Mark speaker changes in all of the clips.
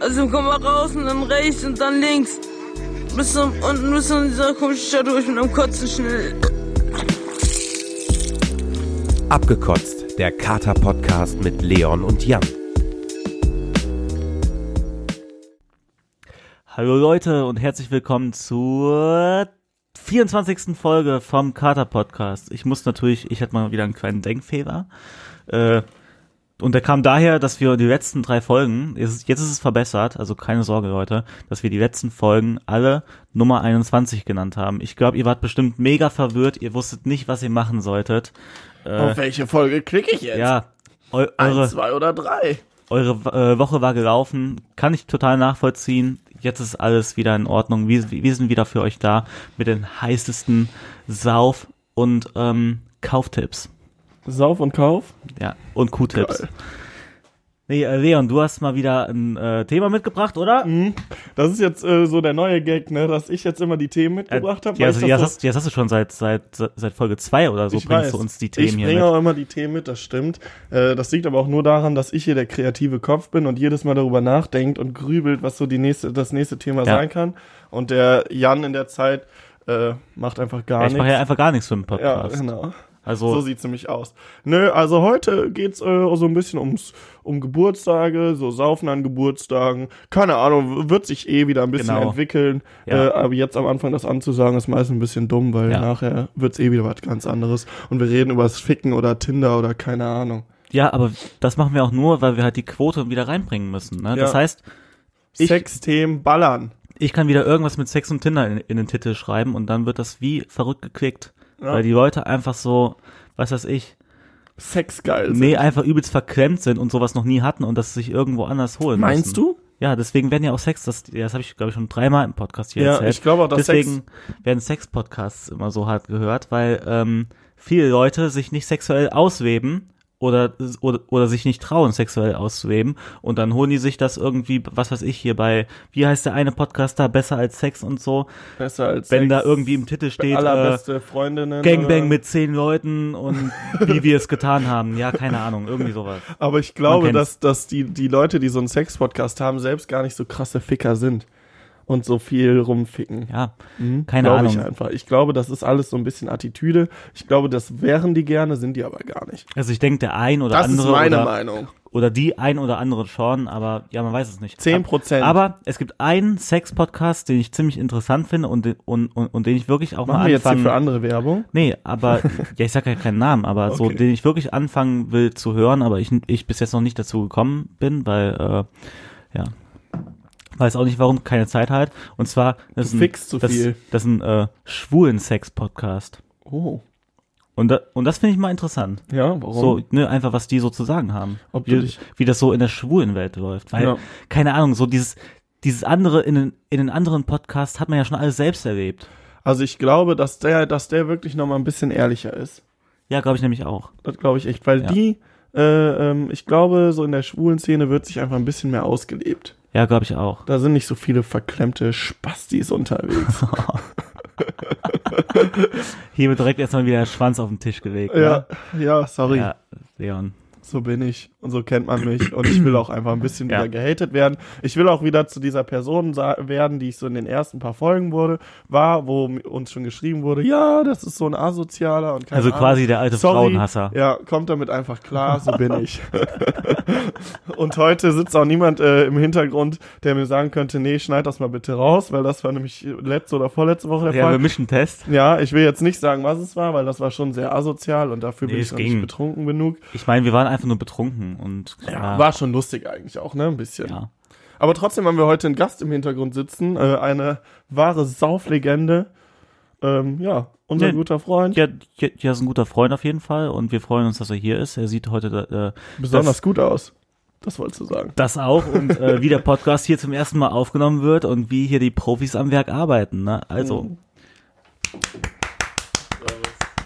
Speaker 1: Also komm mal raus und dann rechts und dann links. Bis zum, unten bis zu dieser komischen Stadt durch mit einem Kotzen schnell.
Speaker 2: Abgekotzt, der Kater-Podcast mit Leon und Jan.
Speaker 3: Hallo Leute und herzlich willkommen zur 24. Folge vom Kater Podcast. Ich muss natürlich, ich hatte mal wieder einen kleinen Denkfehler. Äh, und der kam daher, dass wir die letzten drei Folgen, jetzt ist, jetzt ist es verbessert, also keine Sorge Leute, dass wir die letzten Folgen alle Nummer 21 genannt haben. Ich glaube, ihr wart bestimmt mega verwirrt, ihr wusstet nicht, was ihr machen solltet.
Speaker 4: Auf welche Folge klicke ich jetzt?
Speaker 3: Ja, eu eure,
Speaker 4: Eins, zwei oder drei.
Speaker 3: eure äh, Woche war gelaufen, kann ich total nachvollziehen. Jetzt ist alles wieder in Ordnung. Wir, wir sind wieder für euch da mit den heißesten Sauf- und ähm, Kauftipps.
Speaker 4: Sauf und Kauf.
Speaker 3: Ja, und Q-Tipps. Nee, äh, Leon, du hast mal wieder ein äh, Thema mitgebracht, oder?
Speaker 4: Das ist jetzt äh, so der neue Gag, ne, dass ich jetzt immer die Themen
Speaker 3: Äh,
Speaker 4: mitgebracht habe.
Speaker 3: ja, also, ja, das, hast- ja, das hast du schon seit, seit, seit Folge 2 oder so, bringst du uns die
Speaker 4: ich
Speaker 3: Themen hier
Speaker 4: bringe
Speaker 3: mit.
Speaker 4: auch immer die Themen mit, das stimmt. Äh, das liegt aber auch nur daran, dass ich hier der kreative Kopf bin und jedes Mal darüber nachdenkt und grübelt, was so die nächste, das nächste Thema
Speaker 3: Ja.
Speaker 4: sein kann. Und der Jan in der Zeit äh, macht einfach gar
Speaker 3: Ja, ich mache ja
Speaker 4: nichts.
Speaker 3: einfach gar nichts für den
Speaker 4: Ja,
Speaker 3: Podcast.
Speaker 4: genau.
Speaker 3: Also,
Speaker 4: So sieht's nämlich aus. Nö, also heute geht's äh, so ein bisschen ums um Geburtstage, so Saufen an Geburtstagen. Keine Ahnung, wird sich eh wieder ein bisschen
Speaker 3: Genau.
Speaker 4: entwickeln.
Speaker 3: Ja.
Speaker 4: Äh, aber jetzt am Anfang das anzusagen, ist meist ein bisschen dumm, weil
Speaker 3: Ja.
Speaker 4: nachher wird's eh wieder was ganz anderes. Und wir reden über das Ficken oder Tinder oder keine Ahnung.
Speaker 3: ja, aber das machen wir auch nur, weil wir halt die Quote wieder reinbringen müssen. Ne? Das
Speaker 4: Ja.
Speaker 3: heißt, Ich-
Speaker 4: Sexthemen ballern.
Speaker 3: ich kann wieder irgendwas mit Sex und Tinder in, in den Titel schreiben und dann wird das wie verrückt geklickt. Weil die Leute einfach so, was weiß ich,
Speaker 4: Sexgeil. sind.
Speaker 3: nee, einfach übelst verklemmt sind und sowas noch nie hatten und das sich irgendwo anders holen
Speaker 4: Meinst
Speaker 3: müssen.
Speaker 4: du?
Speaker 3: Ja, deswegen werden ja auch Sex, das, das habe ich glaube ich schon dreimal im Podcast hier
Speaker 4: Ja,
Speaker 3: erzählt.
Speaker 4: ich glaube auch, dass
Speaker 3: deswegen
Speaker 4: Sex-
Speaker 3: werden Sex-Podcasts immer so hart gehört, weil ähm, viele Leute sich nicht sexuell ausweben oder, oder oder sich nicht trauen, sexuell auszuweben und dann holen die sich das irgendwie, was weiß ich hier bei, wie heißt der eine Podcast da, besser als Sex und so,
Speaker 4: Besser als
Speaker 3: wenn
Speaker 4: Sex.
Speaker 3: da irgendwie im Titel steht. Äh,
Speaker 4: allerbeste Freundinnen.
Speaker 3: Gangbang
Speaker 4: oder-
Speaker 3: mit zehn Leuten und wie wir es getan haben. Ja, keine Ahnung, irgendwie sowas.
Speaker 4: Aber ich glaube,
Speaker 3: Man
Speaker 4: dass,
Speaker 3: kennt's.
Speaker 4: dass die, die Leute, die so einen Sex-Podcast haben, selbst gar nicht so krasse Ficker sind und so viel rumficken.
Speaker 3: Ja, keine
Speaker 4: Glaube
Speaker 3: Ahnung.
Speaker 4: Mhm. ich halt. einfach. Ich glaube, das ist alles so ein bisschen Attitüde. Ich glaube, das wären die gerne, sind die aber gar nicht.
Speaker 3: Also ich denke, der ein oder
Speaker 4: Das
Speaker 3: andere
Speaker 4: ist meine
Speaker 3: oder,
Speaker 4: Meinung.
Speaker 3: oder die ein oder andere schon, aber ja, man weiß es nicht.
Speaker 4: 10%.
Speaker 3: Aber es gibt einen Sex-Podcast, den ich ziemlich interessant finde und, den- und, und, und den ich wirklich auch
Speaker 4: Machen
Speaker 3: mal
Speaker 4: wir jetzt hier
Speaker 3: anfangen...
Speaker 4: für andere Werbung?
Speaker 3: Nee, aber ja, ich sag ja keinen Namen, aber so,
Speaker 4: Okay.
Speaker 3: den ich wirklich anfangen will zu hören, aber ich, ich bis jetzt noch nicht dazu gekommen bin, weil, äh, ja, weiß auch nicht warum, keine Zeit halt. Und zwar, das
Speaker 4: Du
Speaker 3: ist ein,
Speaker 4: fickst zu
Speaker 3: das,
Speaker 4: viel.
Speaker 3: Das ist ein äh, schwulen Sex-Podcast.
Speaker 4: Oh.
Speaker 3: Und, da, und das finde ich mal interessant.
Speaker 4: Ja, warum?
Speaker 3: So, ne, einfach was die so zu sagen haben.
Speaker 4: Ob du
Speaker 3: wie,
Speaker 4: dich-
Speaker 3: wie das so in der schwulen Welt läuft. Weil,
Speaker 4: Ja.
Speaker 3: keine Ahnung, so dieses, dieses andere in den, in den anderen Podcast hat man ja schon alles selbst erlebt.
Speaker 4: Also ich glaube, dass der, dass der wirklich nochmal ein bisschen ehrlicher ist.
Speaker 3: Ja, glaube ich nämlich auch.
Speaker 4: Das glaube ich echt, weil
Speaker 3: Ja.
Speaker 4: die, äh, ähm, ich glaube, so in der schwulen Szene wird sich einfach ein bisschen mehr ausgelebt.
Speaker 3: Ja, glaube ich auch.
Speaker 4: Da sind nicht so viele verklemmte Spastis unterwegs.
Speaker 3: Hier wird direkt erstmal wieder der Schwanz auf den Tisch gelegt.
Speaker 4: Ja,
Speaker 3: ne?
Speaker 4: ja, sorry.
Speaker 3: ja Leon.
Speaker 4: So bin ich und so kennt man mich und ich will auch einfach ein bisschen
Speaker 3: Ja.
Speaker 4: wieder gehatet werden. Ich will auch wieder zu dieser Person sa- werden, die ich so in den ersten paar Folgen wurde, war, wo m- uns schon geschrieben wurde, ja, das ist so ein asozialer und keine
Speaker 3: Also
Speaker 4: Ahnung.
Speaker 3: quasi der alte
Speaker 4: Sorry.
Speaker 3: Frauenhasser.
Speaker 4: Ja, kommt damit einfach klar, so bin ich. und heute sitzt auch niemand äh, im Hintergrund, der mir sagen könnte, nee, schneid das mal bitte raus, weil das war nämlich letzte oder vorletzte Woche der
Speaker 3: Ja, wir
Speaker 4: Fall.
Speaker 3: mischen Test.
Speaker 4: Ja, ich will jetzt nicht sagen, was es war, weil das war schon sehr asozial und dafür
Speaker 3: Nee,
Speaker 4: bin
Speaker 3: es
Speaker 4: ich noch
Speaker 3: ging.
Speaker 4: nicht betrunken genug.
Speaker 3: Ich meine, wir waren einfach nur betrunken und
Speaker 4: Ja,
Speaker 3: ja,
Speaker 4: war schon lustig eigentlich auch, ne? Ein bisschen.
Speaker 3: ja.
Speaker 4: Aber trotzdem haben wir heute einen Gast im Hintergrund sitzen, äh, eine wahre Sauflegende. Ähm, ja, unser
Speaker 3: Nee.
Speaker 4: guter Freund.
Speaker 3: Ja, ja, ja, ist ein guter Freund auf jeden Fall und wir freuen uns, dass er hier ist. Er sieht heute äh,
Speaker 4: Besonders
Speaker 3: das,
Speaker 4: gut aus. Das wolltest du sagen.
Speaker 3: das auch und äh, wie der Podcast hier zum ersten Mal aufgenommen wird und wie hier die Profis am Werk arbeiten. Ne?
Speaker 4: Mhm.
Speaker 3: Also,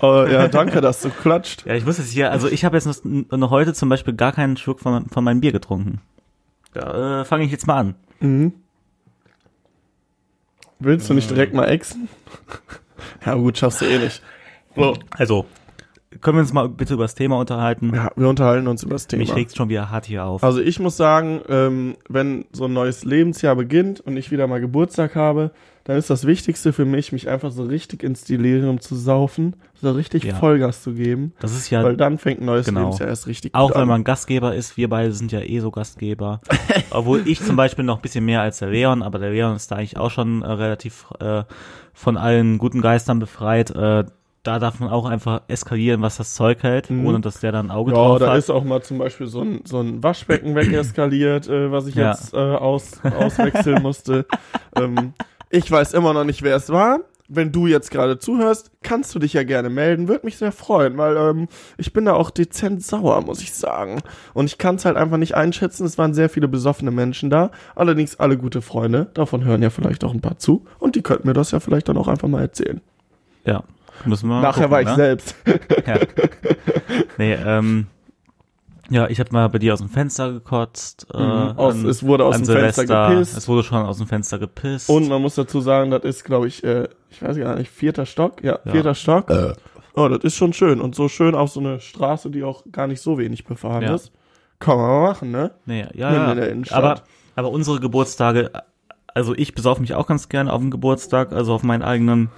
Speaker 4: Äh, ja, danke, dass du klatscht.
Speaker 3: ja, ich muss jetzt hier, also ich habe jetzt noch, noch heute zum Beispiel gar keinen Schluck von, von meinem Bier getrunken. Da äh, fange ich jetzt mal an. Äh.
Speaker 4: Willst du nicht direkt mal exen? ja, gut, schaffst du eh nicht. So,
Speaker 3: Also, Können wir uns mal bitte über das Thema unterhalten?
Speaker 4: Ja, wir unterhalten uns über das Thema.
Speaker 3: Mich regt's schon wieder hart hier auf.
Speaker 4: Also ich muss sagen, ähm, wenn so ein neues Lebensjahr beginnt und ich wieder mal Geburtstag habe, dann ist das Wichtigste für mich, mich einfach so richtig ins Delirium zu saufen, so richtig
Speaker 3: Ja.
Speaker 4: Vollgas zu geben,
Speaker 3: das ist ja
Speaker 4: weil dann fängt ein neues
Speaker 3: genau.
Speaker 4: Lebensjahr erst richtig
Speaker 3: Auch
Speaker 4: gut
Speaker 3: wenn
Speaker 4: an.
Speaker 3: man Gastgeber ist, wir beide sind ja eh so Gastgeber. Obwohl ich zum Beispiel noch ein bisschen mehr als der Leon, aber der Leon ist da eigentlich auch schon äh, relativ äh, von allen guten Geistern befreit. Äh, da darf man auch einfach eskalieren, was das Zeug hält,
Speaker 4: Mhm.
Speaker 3: ohne dass der dann ein Auge
Speaker 4: Ja,
Speaker 3: drauf
Speaker 4: da
Speaker 3: hat.
Speaker 4: ist auch mal zum Beispiel so ein, so ein Waschbecken wegeskaliert, äh, was ich
Speaker 3: Ja.
Speaker 4: jetzt äh, aus, auswechseln musste. Ähm, ich weiß immer noch nicht, wer es war. Wenn du jetzt gerade zuhörst, kannst du dich ja gerne melden. Würde mich sehr freuen, weil ähm, ich bin da auch dezent sauer, muss ich sagen. Und ich kann es halt einfach nicht einschätzen. Es waren sehr viele besoffene Menschen da. Allerdings alle gute Freunde. Davon hören ja vielleicht auch ein paar zu. Und die könnten mir das ja vielleicht dann auch einfach mal erzählen.
Speaker 3: ja, müssen wir mal gucken,
Speaker 4: Nachher war ich
Speaker 3: ne?
Speaker 4: selbst.
Speaker 3: Ja. Nee, ähm, ja, ich habe mal bei dir aus dem Fenster gekotzt. Äh,
Speaker 4: Mhm. Aus, es wurde aus
Speaker 3: an
Speaker 4: dem Fenster
Speaker 3: Silvester.
Speaker 4: gepisst.
Speaker 3: Es wurde schon aus dem Fenster gepisst.
Speaker 4: Und man muss dazu sagen, das ist, glaube ich, äh, ich weiß gar nicht, vierter Stock. Ja,
Speaker 3: Ja.
Speaker 4: vierter Stock. Oh, das ist schon schön. Und so schön auf so eine Straße, die auch gar nicht so wenig befahren
Speaker 3: Ja.
Speaker 4: ist. Kann man mal machen, ne?
Speaker 3: Nee,
Speaker 4: Mitten
Speaker 3: ja,
Speaker 4: in der
Speaker 3: ja.
Speaker 4: Innenstadt.
Speaker 3: Aber, aber unsere Geburtstage, also ich besaufe mich auch ganz gerne auf den Geburtstag, also auf meinen eigenen.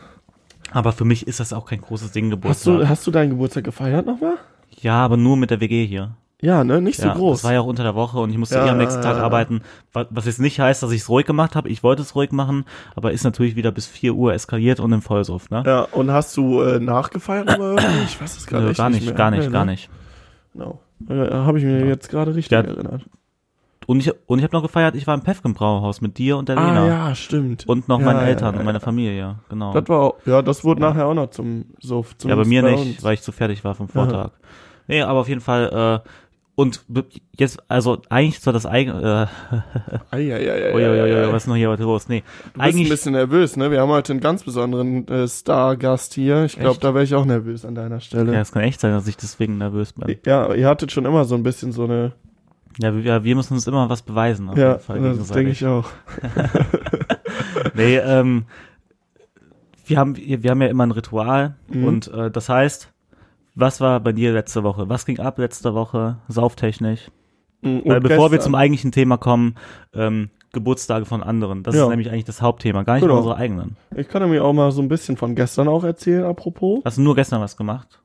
Speaker 3: Aber für mich ist das auch kein großes Ding,
Speaker 4: Hast
Speaker 3: Geburtstag.
Speaker 4: du, hast du deinen Geburtstag gefeiert nochmal?
Speaker 3: ja, aber nur mit der WG hier.
Speaker 4: Ja, ne? Nicht
Speaker 3: Ja,
Speaker 4: so groß.
Speaker 3: Das war ja auch unter der Woche und ich musste
Speaker 4: Ja,
Speaker 3: eh am nächsten
Speaker 4: ja,
Speaker 3: Tag
Speaker 4: ja.
Speaker 3: arbeiten. Wa- Was jetzt nicht heißt, dass ich es ruhig gemacht habe. Ich wollte es ruhig machen, aber ist natürlich wieder bis 4 Uhr eskaliert und im Vollsuff, ne?
Speaker 4: Ja, und hast du äh, nachgefeiert oder irgendwie? Ich weiß es gerade
Speaker 3: Nö,
Speaker 4: echt
Speaker 3: gar nicht,
Speaker 4: mehr.
Speaker 3: gar nicht,
Speaker 4: Nee,
Speaker 3: gar
Speaker 4: ne?
Speaker 3: nicht.
Speaker 4: Genau. Äh, Habe ich mir jetzt gerade richtig
Speaker 3: Ja,
Speaker 4: erinnert.
Speaker 3: Und ich, und ich habe noch gefeiert, ich war im Pefken Brauhaus mit dir und der Lena.
Speaker 4: Ah, ja, stimmt.
Speaker 3: Und noch
Speaker 4: Ja,
Speaker 3: meinen
Speaker 4: ja,
Speaker 3: Eltern
Speaker 4: ja,
Speaker 3: und meiner Familie, genau.
Speaker 4: Das war, auch- ja, das wurde nachher auch noch zum so
Speaker 3: Ja, bei mir nicht,
Speaker 4: uns.
Speaker 3: weil ich zu fertig war vom Vortag. Nee, aber auf jeden Fall, äh, und b- jetzt, also eigentlich soll das eigene, äh, uiuiui,
Speaker 4: Eieieiei.
Speaker 3: was ist noch hier heute los? Nee,
Speaker 4: Äh, Du bist ein
Speaker 3: eigentlich,
Speaker 4: bisschen nervös, ne? Wir haben heute einen ganz besonderen äh, Stargast hier. Ich glaube,
Speaker 3: Echt?
Speaker 4: da wäre ich auch nervös an deiner Stelle.
Speaker 3: ja, es kann echt sein, dass ich deswegen nervös bin.
Speaker 4: Ja, ihr hattet schon immer so ein bisschen so eine.
Speaker 3: Ja, wir- wir, wir müssen uns immer was beweisen. Auf
Speaker 4: Ja,
Speaker 3: jeden Fall,
Speaker 4: das denke ich auch.
Speaker 3: Nee, ähm, wir haben, wir wir haben ja immer ein Ritual
Speaker 4: Mhm.
Speaker 3: und äh, das heißt, was war bei dir letzte Woche? Was ging ab letzte Woche, sauftechnisch?
Speaker 4: Und
Speaker 3: Weil Äh, bevor wir
Speaker 4: gestern-
Speaker 3: zum eigentlichen Thema kommen, ähm, Geburtstage von anderen. Das
Speaker 4: Ja.
Speaker 3: ist nämlich eigentlich das Hauptthema, gar nicht
Speaker 4: Genau.
Speaker 3: mal unsere eigenen.
Speaker 4: Ich kann mir auch mal so ein bisschen von gestern auch erzählen, apropos.
Speaker 3: Hast du nur gestern was gemacht?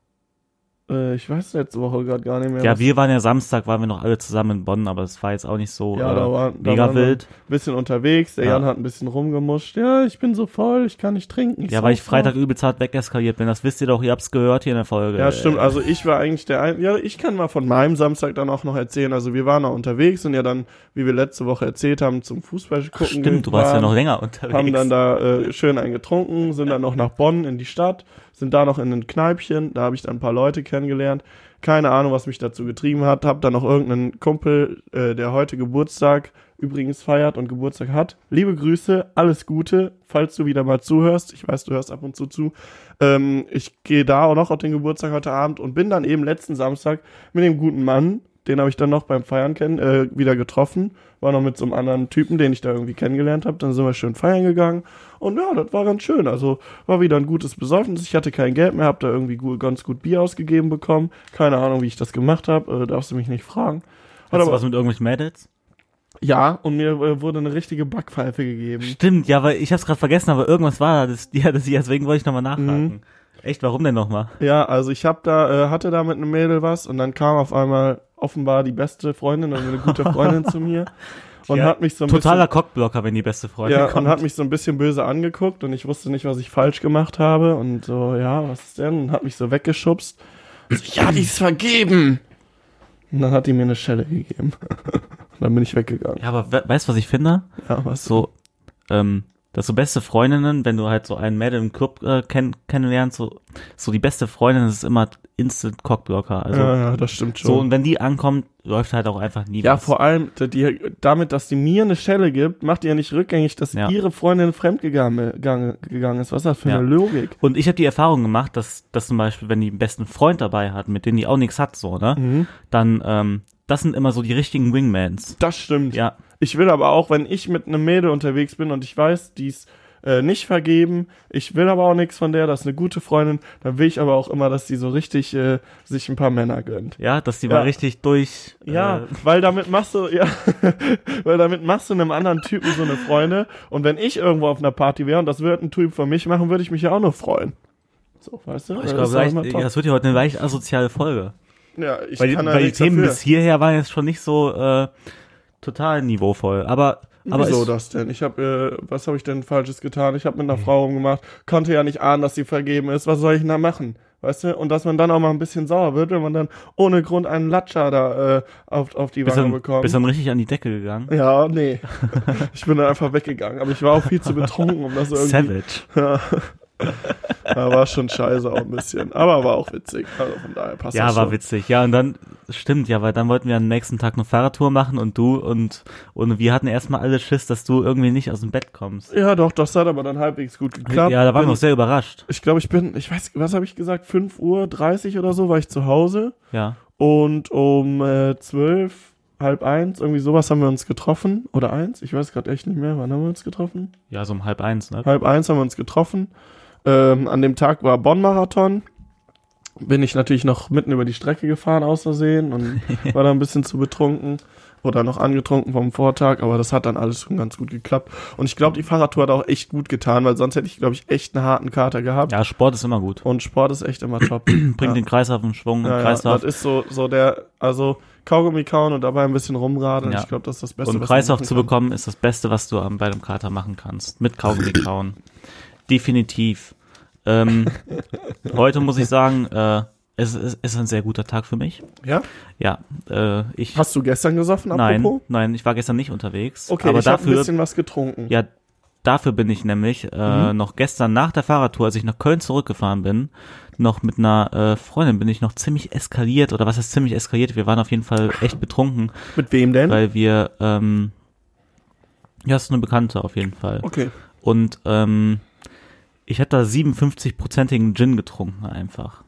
Speaker 4: Äh, ich weiß letzte Woche gerade gar nicht mehr.
Speaker 3: Ja,
Speaker 4: was-
Speaker 3: wir waren ja Samstag, waren wir noch alle zusammen in Bonn, aber es war jetzt auch nicht so
Speaker 4: Ja,
Speaker 3: äh,
Speaker 4: da war- da
Speaker 3: mega
Speaker 4: waren wir-
Speaker 3: wild.
Speaker 4: ein bisschen unterwegs. Der
Speaker 3: Ja.
Speaker 4: Jan hat ein bisschen rumgemuscht. Ja, ich bin so voll, ich kann nicht trinken.
Speaker 3: Ja,
Speaker 4: sauf
Speaker 3: weil ich
Speaker 4: noch.
Speaker 3: Freitag übelst hart wegeskaliert bin. Das wisst ihr doch, ihr habt's gehört hier in der Folge.
Speaker 4: Ja, stimmt. Also ich war eigentlich der ein Ja, ich kann mal von meinem Samstag dann auch noch erzählen. Also wir waren noch unterwegs und ja dann, wie wir letzte Woche erzählt haben, zum Fußball gucken.
Speaker 3: Stimmt, du warst ja
Speaker 4: gefahren,
Speaker 3: noch länger unterwegs.
Speaker 4: Haben dann da äh, schön einen getrunken, sind dann noch nach Bonn in die Stadt, sind da noch in ein Kneipchen. Da habe ich dann ein paar Leute kennengelernt. Keine Ahnung, was mich dazu getrieben hat. Hab dann noch irgendeinen Kumpel, äh, der heute Geburtstag übrigens feiert und Geburtstag hat. Liebe Grüße, alles Gute, falls du wieder mal zuhörst. Ich weiß, du hörst ab und zu zu. Ähm, ich gehe da auch noch auf den Geburtstag heute Abend und bin dann eben letzten Samstag mit dem guten Mann, den habe ich dann noch beim Feiern kennen, äh, wieder getroffen. War noch mit so einem anderen Typen, den ich da irgendwie kennengelernt habe. Dann sind wir schön feiern gegangen. Und ja, das war ganz schön. Also war wieder ein gutes Besäufnis. Ich hatte kein Geld mehr, habe da irgendwie gu- ganz gut Bier ausgegeben bekommen. Keine Ahnung, wie ich das gemacht habe. Äh, darfst du mich nicht fragen.
Speaker 3: Hast
Speaker 4: Hat
Speaker 3: du
Speaker 4: aber-
Speaker 3: was mit irgendwelchen Mädels?
Speaker 4: ja, und mir äh, wurde eine richtige Backpfeife gegeben.
Speaker 3: Stimmt, ja, weil ich hab's gerade vergessen, aber irgendwas war da. Das, ja, das, deswegen wollte ich nochmal
Speaker 4: Mhm.
Speaker 3: nachhaken. Echt, warum denn nochmal?
Speaker 4: Ja, also ich hab da, äh, hatte da mit einem Mädel was und dann kam auf einmal offenbar die beste Freundin und eine gute Freundin zu mir und
Speaker 3: Ja,
Speaker 4: hat mich so ein
Speaker 3: Totaler Cockblocker, wenn die beste
Speaker 4: bisschen,
Speaker 3: Freundin
Speaker 4: ja,
Speaker 3: kommt.
Speaker 4: und hat mich so ein bisschen böse angeguckt und ich wusste nicht, was ich falsch gemacht habe und so, ja, was ist denn? Und hat mich so weggeschubst. So, ja, die ist vergeben. Und dann hat die mir eine Schelle gegeben. und dann bin ich weggegangen.
Speaker 3: ja, aber we weißt du, was ich finde?
Speaker 4: Ja, was so.
Speaker 3: so, ähm, dass so beste Freundinnen, wenn du halt so einen Mädel im Club äh, kenn kennenlernst, so, so die beste Freundin ist immer instant Cockblocker. Also
Speaker 4: ja, ja, das stimmt schon.
Speaker 3: so, und wenn die ankommt, läuft halt auch einfach nie
Speaker 4: Ja,
Speaker 3: was.
Speaker 4: vor allem, d- die, damit, dass sie mir eine Schelle gibt, macht ihr ja nicht rückgängig, dass
Speaker 3: Ja.
Speaker 4: ihre Freundin fremdgegangen gegangen- gegangen ist. Was ist das für
Speaker 3: Ja.
Speaker 4: eine Logik?
Speaker 3: Und ich habe die Erfahrung gemacht, dass, dass zum Beispiel, wenn die einen besten Freund dabei hat, mit dem die auch nichts hat, so, ne?
Speaker 4: Mhm.
Speaker 3: Dann, ähm, das sind immer so die richtigen Wingmans.
Speaker 4: Das stimmt.
Speaker 3: Ja,
Speaker 4: Ich will aber auch, wenn ich mit einem Mädel unterwegs bin und ich weiß, die ist äh, nicht vergeben. Ich will aber auch nichts von der, das ist eine gute Freundin. Dann will ich aber auch immer, dass die so richtig äh, sich ein paar Männer gönnt.
Speaker 3: Ja, dass die
Speaker 4: Ja.
Speaker 3: mal richtig durch.
Speaker 4: Ja,
Speaker 3: Äh,
Speaker 4: weil damit machst du, ja, weil damit machst du einem anderen Typen so eine Freunde. Und wenn ich irgendwo auf einer Party wäre und das würde ein Typ von mich machen, würde ich mich ja auch noch freuen. So, weißt du?
Speaker 3: ich
Speaker 4: Das
Speaker 3: glaube,
Speaker 4: ist doch
Speaker 3: leicht-
Speaker 4: immer top.
Speaker 3: ja, das wird ja heute eine leicht asoziale Folge.
Speaker 4: ja, ich
Speaker 3: weil die,
Speaker 4: kann da
Speaker 3: weil die
Speaker 4: nichts
Speaker 3: Themen
Speaker 4: dafür.
Speaker 3: bis hierher waren jetzt schon nicht so äh, total niveauvoll. Aber, aber
Speaker 4: Wieso
Speaker 3: ist,
Speaker 4: das denn? Ich habe, äh, was habe ich denn Falsches getan? Ich habe mit einer Frau rumgemacht, konnte ja nicht ahnen, dass sie vergeben ist. Was soll ich denn da machen? Weißt du? Und dass man dann auch mal ein bisschen sauer wird, wenn man dann ohne Grund einen Latscher da äh, auf, auf die
Speaker 3: bist
Speaker 4: Wange
Speaker 3: dann,
Speaker 4: bekommt.
Speaker 3: bist dann richtig an die Decke gegangen.
Speaker 4: ja, nee. ich bin dann einfach weggegangen. Aber ich war auch viel zu betrunken, um das irgendwie.
Speaker 3: Savage.
Speaker 4: Ja, war schon scheiße auch ein bisschen. Aber war auch witzig. Also von daher passt
Speaker 3: Ja,
Speaker 4: das
Speaker 3: war
Speaker 4: schon.
Speaker 3: witzig. Ja, und dann, stimmt, ja, weil dann wollten wir am nächsten Tag eine Fahrradtour machen und du und, und wir hatten erstmal alle Schiss, dass du irgendwie nicht aus dem Bett kommst.
Speaker 4: Ja, doch, das hat aber dann halbwegs gut geklappt.
Speaker 3: ja, da waren wir
Speaker 4: Bin-
Speaker 3: auch sehr überrascht.
Speaker 4: Ich glaube, ich bin, ich weiß, was habe ich gesagt? 5.30 Uhr 30 oder so war ich zu Hause.
Speaker 3: Ja.
Speaker 4: Und um äh, zwölf, halb eins, irgendwie sowas haben wir uns getroffen. Oder eins, ich weiß gerade echt nicht mehr, wann haben wir uns getroffen?
Speaker 3: Ja, so um halb eins, ne?
Speaker 4: Halb eins haben wir uns getroffen. Ähm, an dem Tag war Bonn-Marathon. Bin ich natürlich noch mitten über die Strecke gefahren, aus Versehen. Und war da ein bisschen zu betrunken. Oder noch angetrunken vom Vortag. Aber das hat dann alles schon ganz gut geklappt. Und ich glaube, die Fahrradtour hat auch echt gut getan, weil sonst hätte ich, glaube ich, echt einen harten Kater gehabt.
Speaker 3: Ja, Sport ist immer gut.
Speaker 4: Und Sport ist echt immer top.
Speaker 3: Bringt
Speaker 4: Ja.
Speaker 3: den Kreislauf in Schwung und
Speaker 4: Ja, ja, das
Speaker 3: Kreislauf.
Speaker 4: ist so, so der, also Kaugummi kauen und dabei ein bisschen rumradeln.
Speaker 3: Ja.
Speaker 4: Ich glaube, das ist das Beste.
Speaker 3: Und Um
Speaker 4: was
Speaker 3: Kreislauf
Speaker 4: man
Speaker 3: zu
Speaker 4: machen
Speaker 3: bekommen ist das Beste, was du am- bei einem Kater machen kannst. Mit Kaugummi kauen. Definitiv. Ähm, heute muss ich sagen, äh, es ist, ist ein sehr guter Tag für mich.
Speaker 4: kann. Ja?
Speaker 3: Ja, äh, ich.
Speaker 4: Hast du gestern gesoffen,
Speaker 3: Nein,
Speaker 4: apropos?
Speaker 3: nein, ich war gestern nicht unterwegs.
Speaker 4: Okay,
Speaker 3: aber
Speaker 4: ich habe ein
Speaker 3: dafür,
Speaker 4: bisschen was getrunken.
Speaker 3: ja, dafür bin ich nämlich äh,
Speaker 4: Mhm.
Speaker 3: noch gestern nach der Fahrradtour, als ich nach Köln zurückgefahren bin, noch mit einer äh, Freundin bin ich noch ziemlich eskaliert oder was heißt ziemlich eskaliert? Wir waren auf jeden Fall echt betrunken,
Speaker 4: Mit wem denn?
Speaker 3: weil wir ähm, ja, ist eine Bekannte auf jeden Fall.
Speaker 4: okay.
Speaker 3: Und ähm, ich hatte da 57-prozentigen Gin getrunken einfach.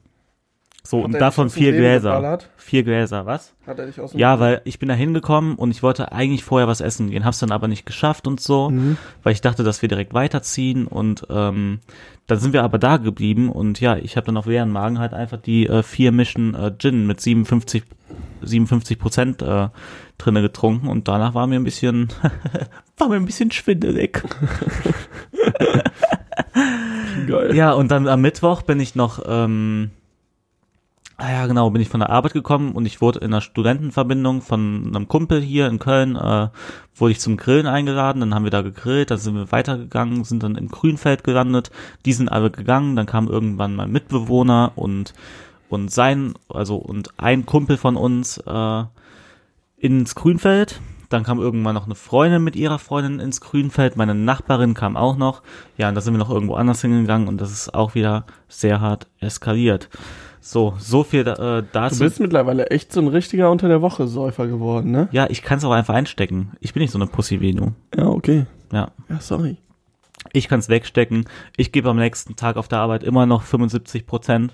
Speaker 3: So,
Speaker 4: Hat er
Speaker 3: und
Speaker 4: dich
Speaker 3: davon
Speaker 4: aus dem
Speaker 3: vier
Speaker 4: Leben
Speaker 3: Gläser.
Speaker 4: geballert?
Speaker 3: Vier Gläser, was?
Speaker 4: Hat er dich aus dem
Speaker 3: Ja, weil ich bin da hingekommen und ich wollte eigentlich vorher was essen gehen, hab's dann aber nicht geschafft und so,
Speaker 4: Mhm.
Speaker 3: weil ich dachte, dass wir direkt weiterziehen und ähm, dann sind wir aber da geblieben und ja, ich habe dann auf leeren Magen halt einfach die äh, vier Mischen äh, Gin mit 57 57 Prozent äh, drinne getrunken und danach war mir ein bisschen war mir ein bisschen schwindelig.
Speaker 4: Geil.
Speaker 3: Ja, und dann am Mittwoch bin ich noch, ähm, ah ja genau, bin ich von der Arbeit gekommen und ich wurde in einer Studentenverbindung von einem Kumpel hier in Köln, äh, wurde ich zum Grillen eingeladen, dann haben wir da gegrillt, dann sind wir weitergegangen, sind dann im Grünfeld gelandet, die sind alle gegangen, dann kam irgendwann mein Mitbewohner und und sein, also und ein Kumpel von uns äh, ins Grünfeld. Dann kam irgendwann noch eine Freundin mit ihrer Freundin ins Grünfeld. Meine Nachbarin kam auch noch. Ja, und da sind wir noch irgendwo anders hingegangen und das ist auch wieder sehr hart eskaliert. So, so viel da, äh,
Speaker 4: Du
Speaker 3: dazu.
Speaker 4: bist mittlerweile echt so ein richtiger unter der Woche Säufer geworden, ne?
Speaker 3: ja, ich kann es auch einfach einstecken. Ich bin nicht so eine Pussy wie du.
Speaker 4: Ja, okay.
Speaker 3: Ja,
Speaker 4: Ja, sorry.
Speaker 3: ich kann es wegstecken. Ich gebe am nächsten Tag auf der Arbeit immer noch 75 Prozent.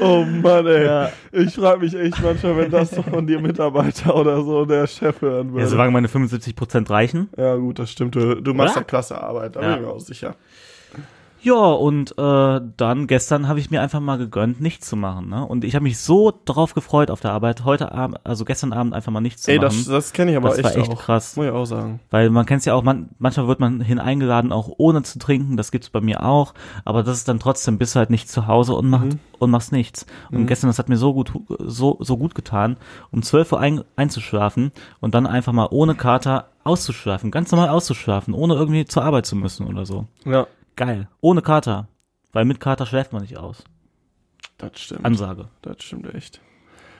Speaker 4: Oh Mann, ey. Ich frage mich echt manchmal, wenn das doch von dir Mitarbeiter oder so der Chef hören
Speaker 3: Ja,
Speaker 4: würde.
Speaker 3: Also, solange meine 75 Prozent reichen.
Speaker 4: Ja, gut, das stimmt. Du, du machst
Speaker 3: Oder?
Speaker 4: ja klasse Arbeit, da
Speaker 3: Ja.
Speaker 4: bin ich mir auch sicher.
Speaker 3: Ja, und äh, dann gestern habe ich mir einfach mal gegönnt, nichts zu machen. Ne? Und ich habe mich so drauf gefreut auf der Arbeit, heute Abend, also gestern Abend einfach mal nichts zu
Speaker 4: Ey,
Speaker 3: machen.
Speaker 4: das, das kenne ich aber
Speaker 3: Das
Speaker 4: echt,
Speaker 3: war echt
Speaker 4: auch.
Speaker 3: krass.
Speaker 4: Muss ich auch sagen.
Speaker 3: Weil man kennt es ja auch, man, manchmal wird man hineingeladen, auch ohne zu trinken, das gibt's bei mir auch, aber das ist dann trotzdem, bist du halt nicht zu Hause und,
Speaker 4: Mhm.
Speaker 3: macht, und machst nichts. Und gestern, das hat mir so gut, so, so gut getan, um 12 Uhr ein, einzuschlafen und dann einfach mal ohne Kater auszuschlafen, ganz normal auszuschlafen, ohne irgendwie zur Arbeit zu müssen oder so.
Speaker 4: Ja,
Speaker 3: Geil. Ohne Kater. Weil mit Kater schläft man nicht aus.
Speaker 4: das stimmt.
Speaker 3: Ansage.
Speaker 4: Das stimmt echt.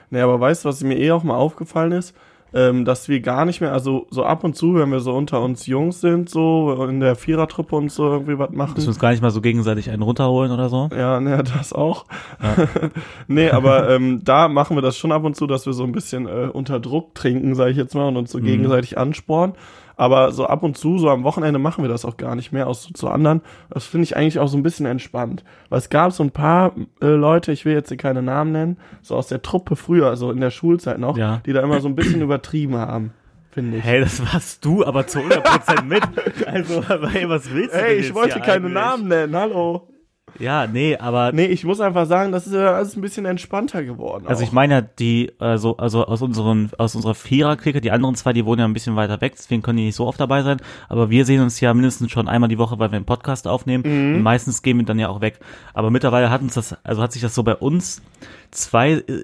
Speaker 4: Nee, aber weißt du, was mir eh auch mal aufgefallen ist? Ähm, dass wir gar nicht mehr, also so ab und zu, wenn wir so unter uns Jungs sind, so in der Vierertruppe und so irgendwie was
Speaker 3: Müssen wir
Speaker 4: machen.
Speaker 3: uns gar nicht mal so gegenseitig einen runterholen oder so.
Speaker 4: Ja, naja, das auch. nee, aber ähm, da machen wir das schon ab und zu, dass wir so ein bisschen äh, unter Druck trinken, sage ich jetzt mal, und uns so
Speaker 3: Mhm.
Speaker 4: gegenseitig anspornen. Aber so ab und zu, so am Wochenende machen wir das auch gar nicht mehr, aus so zu anderen. Das finde ich eigentlich auch so ein bisschen entspannt. Weil es gab so ein paar äh, Leute, ich will jetzt hier keine Namen nennen, so aus der Truppe früher, also in der Schulzeit noch,
Speaker 3: Ja.
Speaker 4: die da immer so ein bisschen übertrieben haben. finde ich.
Speaker 3: Hey, das warst du, aber zu 100% mit. Also, aber, hey, was willst du
Speaker 4: Ey,
Speaker 3: denn
Speaker 4: ich
Speaker 3: jetzt
Speaker 4: wollte
Speaker 3: hier
Speaker 4: keine
Speaker 3: eigentlich?
Speaker 4: Namen nennen, hallo.
Speaker 3: Ja, nee, aber
Speaker 4: Nee, ich muss einfach sagen, das ist ja alles ein bisschen entspannter geworden.
Speaker 3: Also
Speaker 4: auch.
Speaker 3: ich meine ja, die, also, also aus unseren, aus unserer Vierer-Clique, die anderen zwei, die wohnen ja ein bisschen weiter weg, deswegen können die nicht so oft dabei sein. Aber wir sehen uns ja mindestens schon einmal die Woche, weil wir einen Podcast aufnehmen.
Speaker 4: Mhm.
Speaker 3: Und meistens gehen wir dann ja auch weg. Aber mittlerweile hat uns das, also hat sich das so bei uns zwei äh,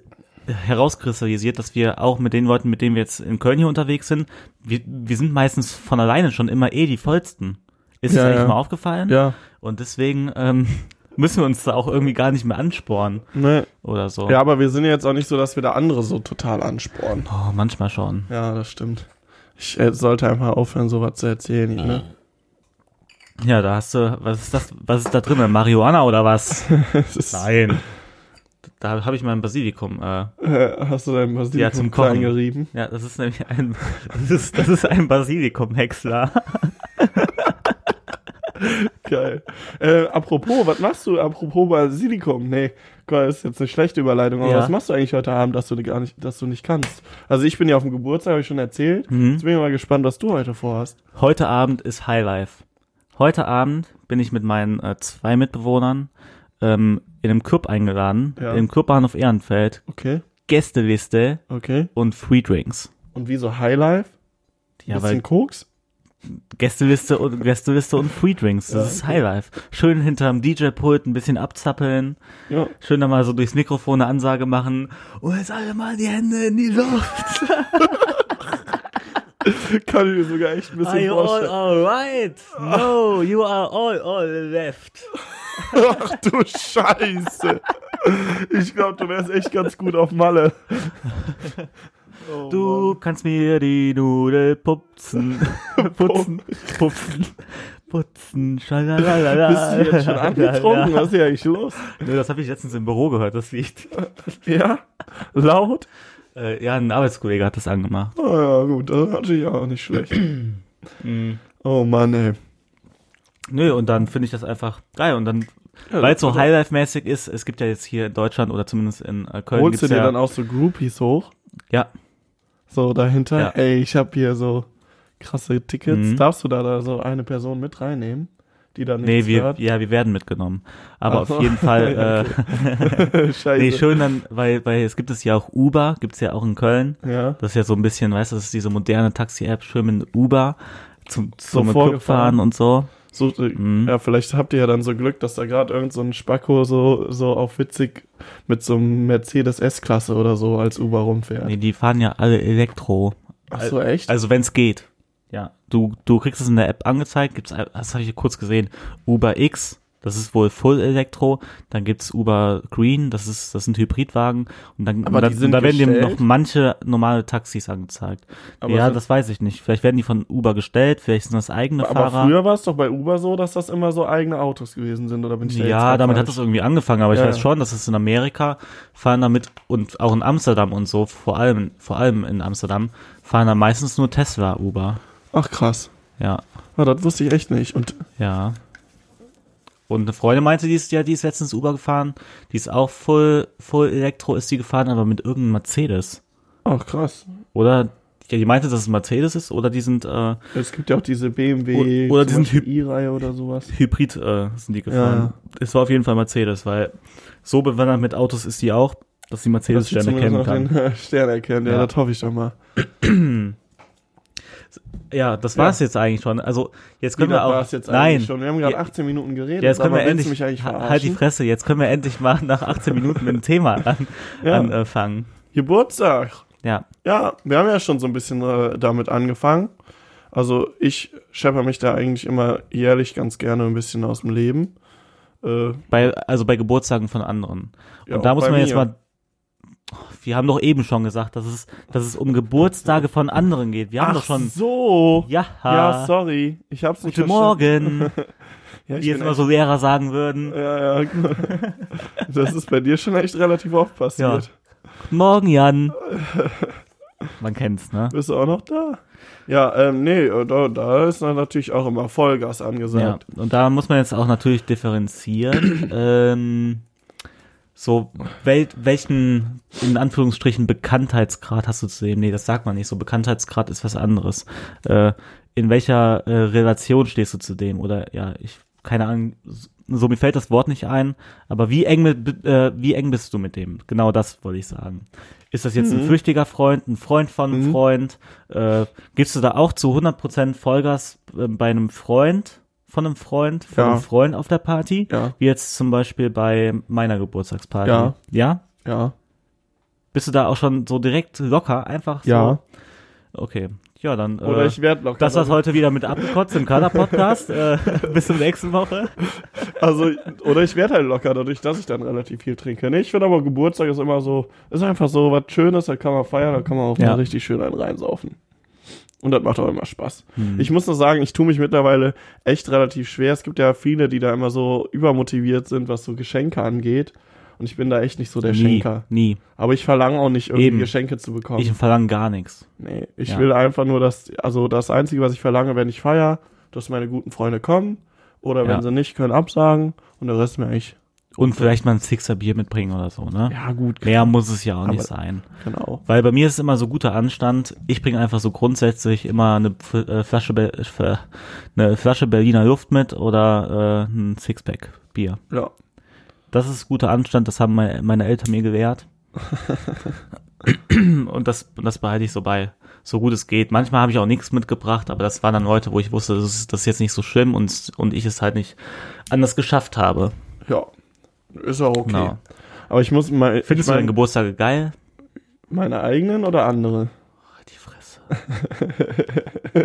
Speaker 3: herauskristallisiert, dass wir auch mit den Leuten, mit denen wir jetzt in Köln hier unterwegs sind, wir, wir sind meistens von alleine schon immer eh die vollsten. Ist
Speaker 4: Ja,
Speaker 3: das eigentlich
Speaker 4: ja.
Speaker 3: mal aufgefallen?
Speaker 4: ja,
Speaker 3: Und deswegen ähm, müssen wir uns da auch irgendwie gar nicht mehr anspornen
Speaker 4: ne.
Speaker 3: oder so.
Speaker 4: Ja, aber wir sind ja jetzt auch nicht so, dass wir da andere so total anspornen.
Speaker 3: Oh, manchmal schon.
Speaker 4: Ja, das stimmt. Ich äh, sollte einfach aufhören, sowas zu erzählen, ne?
Speaker 3: Ja, da hast du, was ist das, was ist da drin? Marihuana oder was?
Speaker 4: Das ist,
Speaker 3: Nein. Da habe ich mein Basilikum. Äh,
Speaker 4: äh, hast du dein Basilikum
Speaker 3: Ja, zum Kochen.
Speaker 4: klein gerieben?
Speaker 3: ja, das ist nämlich ein, das ist, das ist ein Basilikum-Häcksler.
Speaker 4: Geil. Äh, apropos, was machst du? Apropos Basilikum. Nee, Gott, das ist jetzt eine schlechte Überleitung, aber
Speaker 3: Ja.
Speaker 4: was machst du eigentlich heute Abend, dass du gar nicht, dass du nicht kannst? Also ich bin ja auf dem Geburtstag, habe ich schon erzählt.
Speaker 3: Mhm.
Speaker 4: Jetzt bin ich mal gespannt, was du heute vorhast.
Speaker 3: Heute Abend ist Highlife. Heute Abend bin ich mit meinen äh, zwei Mitbewohnern ähm, in einem Club eingeladen,
Speaker 4: Ja.
Speaker 3: im Clubbahnhof Ehrenfeld.
Speaker 4: Okay,
Speaker 3: Gästeliste
Speaker 4: okay.
Speaker 3: und Free Drinks.
Speaker 4: Und wieso Highlife?
Speaker 3: Ja,
Speaker 4: Bisschen
Speaker 3: weil
Speaker 4: Koks?
Speaker 3: Gästeliste und Gästeliste und Free Drinks, das ist Highlife. Schön hinterm DJ-Pult ein bisschen abzappeln.
Speaker 4: Ja.
Speaker 3: Schön da mal so durchs Mikrofon eine Ansage machen. Und jetzt alle mal die Hände in die Luft.
Speaker 4: Kann ich mir sogar echt ein
Speaker 3: Are
Speaker 4: bisschen
Speaker 3: you all
Speaker 4: vorstellen.
Speaker 3: alright? No, you are all all left.
Speaker 4: Ach du Scheiße. Ich glaube, du wärst echt ganz gut auf Malle.
Speaker 3: Du kannst mir die Nudel pupsen. Putzen, pupsen, putzen. Schalalala.
Speaker 4: Bist du jetzt schon angetrunken? Was ist hier eigentlich los?
Speaker 3: Nö, das habe ich letztens im Büro gehört, das Lied.
Speaker 4: Ja? Laut?
Speaker 3: Äh, ja, ein Arbeitskollege hat das angemacht.
Speaker 4: Oh ja, gut, das ist natürlich auch nicht schlecht.
Speaker 3: Mm.
Speaker 4: oh Mann, ey.
Speaker 3: Nö, und dann finde ich das einfach geil. Und dann, weil es so Highlife-mäßig ist, es gibt ja jetzt hier in Deutschland oder zumindest in äh, Köln.
Speaker 4: Holst
Speaker 3: gibt's
Speaker 4: du dir
Speaker 3: ja,
Speaker 4: dann auch so Groupies hoch?
Speaker 3: Ja,
Speaker 4: So dahinter?
Speaker 3: Ja.
Speaker 4: Ey, ich hab hier so krasse Tickets.
Speaker 3: Mhm.
Speaker 4: Darfst du da, da so eine Person mit reinnehmen, die da
Speaker 3: Nee,
Speaker 4: nichts
Speaker 3: wir,
Speaker 4: hört?
Speaker 3: ja, wir werden mitgenommen. Aber
Speaker 4: Ach so. Also
Speaker 3: auf jeden Fall, äh,
Speaker 4: Scheiße.
Speaker 3: nee, schön dann, weil, weil es gibt es ja auch Uber, gibt's ja auch in Köln.
Speaker 4: Ja.
Speaker 3: Das ist ja so ein bisschen, weißt du, das ist diese moderne Taxi-App, schön mit Uber zum, zum Club
Speaker 4: vorgefahren.
Speaker 3: fahren und so.
Speaker 4: So, äh,
Speaker 3: Mhm.
Speaker 4: Ja, vielleicht habt ihr ja dann so Glück, dass da gerade irgend so ein Spacko so, so auf witzig mit so einem Mercedes S-Klasse oder so als Uber rumfährt.
Speaker 3: Nee, die fahren ja alle Elektro.
Speaker 4: Ach so, echt?
Speaker 3: Also wenn's geht. Ja. Du, du kriegst es in der App angezeigt, gibt's, ein- das habe ich kurz gesehen, Uber X, das ist wohl Full Elektro, dann gibt's Uber Green, das ist, das sind Hybridwagen und dann,
Speaker 4: Aber
Speaker 3: und dann
Speaker 4: die sind
Speaker 3: da werden dir noch
Speaker 4: gestellt?
Speaker 3: manche normale Taxis angezeigt.
Speaker 4: Aber
Speaker 3: ja,
Speaker 4: sind-
Speaker 3: das weiß ich nicht. Vielleicht werden die von Uber gestellt, vielleicht sind das eigene
Speaker 4: aber
Speaker 3: Fahrer.
Speaker 4: früher war es doch bei Uber so, dass das immer so eigene Autos gewesen sind, oder bin ich da jetzt
Speaker 3: ja,
Speaker 4: grad
Speaker 3: damit hat
Speaker 4: falsch?
Speaker 3: das irgendwie angefangen, aber ich
Speaker 4: Ja,
Speaker 3: weiß
Speaker 4: ja.
Speaker 3: schon, dass es in Amerika fahren damit und auch in Amsterdam und so, vor allem, vor allem in Amsterdam, fahren da meistens nur Tesla Uber.
Speaker 4: Ach krass.
Speaker 3: Ja.
Speaker 4: Ah, das wusste ich echt nicht. Und
Speaker 3: Ja. Und eine Freundin meinte, die ist, ja, die ist letztens Uber gefahren. Die ist auch voll, voll Elektro ist die gefahren, aber mit irgendeinem Mercedes.
Speaker 4: ach krass.
Speaker 3: Oder, ja, die meinte, dass es ein Mercedes ist, oder die sind, äh,
Speaker 4: Es gibt ja auch diese BMW
Speaker 3: O- oder
Speaker 4: zum
Speaker 3: diesen
Speaker 4: Beispiel i-Reihe oder sowas.
Speaker 3: Hybrid, äh, sind die gefahren. Es war auf jeden Fall Mercedes, weil so bewandert mit Autos ist die auch, dass sie
Speaker 4: Dass ich
Speaker 3: Mercedes-Sterne
Speaker 4: zumindest
Speaker 3: kennen
Speaker 4: noch
Speaker 3: kann.
Speaker 4: den äh, Stern erkennen. Ja,
Speaker 3: Ja.
Speaker 4: das hoffe ich doch mal.
Speaker 3: Ja, das war's jetzt eigentlich schon. Also, jetzt können wir
Speaker 4: das
Speaker 3: auch.
Speaker 4: war's jetzt
Speaker 3: nein.
Speaker 4: eigentlich schon. Wir haben gerade
Speaker 3: Ja,
Speaker 4: 18 Minuten geredet.
Speaker 3: Ja, jetzt können
Speaker 4: aber
Speaker 3: wir
Speaker 4: willst
Speaker 3: endlich,
Speaker 4: du mich eigentlich
Speaker 3: ha-
Speaker 4: verarschen?
Speaker 3: halt die Fresse, jetzt können wir endlich mal nach 18 Minuten mit dem Thema an,
Speaker 4: Ja.
Speaker 3: anfangen.
Speaker 4: Geburtstag.
Speaker 3: Ja,
Speaker 4: Ja, wir haben ja schon so ein bisschen äh, damit angefangen. Also ich schepper mich da eigentlich immer jährlich ganz gerne ein bisschen aus dem Leben. Äh,
Speaker 3: Bei, also bei Geburtstagen von anderen.
Speaker 4: Ja,
Speaker 3: und da
Speaker 4: auch
Speaker 3: muss
Speaker 4: bei
Speaker 3: man jetzt
Speaker 4: mir.
Speaker 3: mal. Wir haben doch eben schon gesagt, dass es, dass es um Geburtstage von anderen geht. Wir haben doch schon.
Speaker 4: so.
Speaker 3: Ja,
Speaker 4: Ja, sorry. Ich hab's nicht
Speaker 3: guten Morgen.
Speaker 4: verstanden. Ja, ich
Speaker 3: Wie jetzt
Speaker 4: bin
Speaker 3: immer so Lehrer sagen würden.
Speaker 4: Ja, ja. Das ist bei dir schon echt relativ oft passiert.
Speaker 3: Guten Morgen, Jan. Man kennt's, ne?
Speaker 4: Bist du auch noch da? Ja, ähm, nee, da, da ist dann natürlich auch immer Vollgas
Speaker 3: Ja.
Speaker 4: angesagt.
Speaker 3: Und da muss man jetzt auch natürlich differenzieren. ähm, So, wel welchen, in Anführungsstrichen, Bekanntheitsgrad hast du zu dem? Nee, das sagt man nicht so. Bekanntheitsgrad ist was anderes. Äh, in welcher äh, Relation stehst du zu dem? Oder ja, ich, keine Ahnung, so mir fällt das Wort nicht ein, aber wie eng, mit, äh, wie eng bist du mit dem? Genau das wollte ich sagen. Ist das
Speaker 4: Mhm.
Speaker 3: jetzt ein flüchtiger Freund, ein Freund von einem Freund? Äh, gibst du da auch zu 100% Vollgas äh, bei einem Freund, von einem Freund, von
Speaker 4: Ja.
Speaker 3: einem Freund auf der Party?
Speaker 4: Ja.
Speaker 3: Wie jetzt zum Beispiel bei meiner Geburtstagsparty.
Speaker 4: Ja.
Speaker 3: Ja?
Speaker 4: Ja,
Speaker 3: Bist du da auch schon so direkt locker, einfach
Speaker 4: ja.
Speaker 3: so? Okay. Ja, dann.
Speaker 4: Oder
Speaker 3: äh,
Speaker 4: ich werde locker.
Speaker 3: das war's heute wieder mit abgekotzt im Kader-Podcast. äh, bis zur nächsten Woche.
Speaker 4: Also, oder ich werde halt locker, dadurch, dass ich dann relativ viel trinke. Nee, ich finde aber Geburtstag ist immer so, ist einfach so was Schönes, da kann man feiern, da kann man auch
Speaker 3: Ja.
Speaker 4: mal richtig schön einen reinsaufen. Und das macht auch immer Spaß.
Speaker 3: Hm.
Speaker 4: Ich muss nur sagen, ich tue mich mittlerweile echt relativ schwer. Es gibt ja viele, die da immer so übermotiviert sind, was so Geschenke angeht. Und ich bin da echt nicht so der
Speaker 3: nie,
Speaker 4: Schenker.
Speaker 3: nie.
Speaker 4: Aber ich verlange auch nicht, irgendwie
Speaker 3: Eben.
Speaker 4: Geschenke zu bekommen.
Speaker 3: Ich verlange gar nichts.
Speaker 4: Nee, ich
Speaker 3: Ja.
Speaker 4: will einfach nur, dass, also das Einzige, was ich verlange, wenn ich feier, dass meine guten Freunde kommen oder wenn
Speaker 3: Ja.
Speaker 4: sie nicht können, absagen und der Rest mir eigentlich,
Speaker 3: Und vielleicht mal ein Sixer Bier mitbringen oder so, ne?
Speaker 4: ja gut,
Speaker 3: Mehr muss es ja auch nicht
Speaker 4: Aber-
Speaker 3: sein.
Speaker 4: genau.
Speaker 3: Weil bei mir ist es immer so guter Anstand. Ich bringe einfach so grundsätzlich immer eine Pf- äh, Flasche, Be äh, eine Flasche Berliner Luft mit oder äh, ein Sixpack Bier.
Speaker 4: Ja.
Speaker 3: Das ist guter Anstand, das haben meine, meine Eltern mir gewährt. Und das, das behalte ich so bei, so gut es geht. Manchmal habe ich auch nichts mitgebracht, aber das waren dann Leute, wo ich wusste, das ist, das ist jetzt nicht so schlimm und, und ich es halt nicht anders geschafft habe.
Speaker 4: ja, ist auch okay.
Speaker 3: Genau.
Speaker 4: Aber ich muss mal,
Speaker 3: Findest
Speaker 4: ich
Speaker 3: du deine Geburtstage geil?
Speaker 4: meine eigenen oder andere?
Speaker 3: Die Fresse.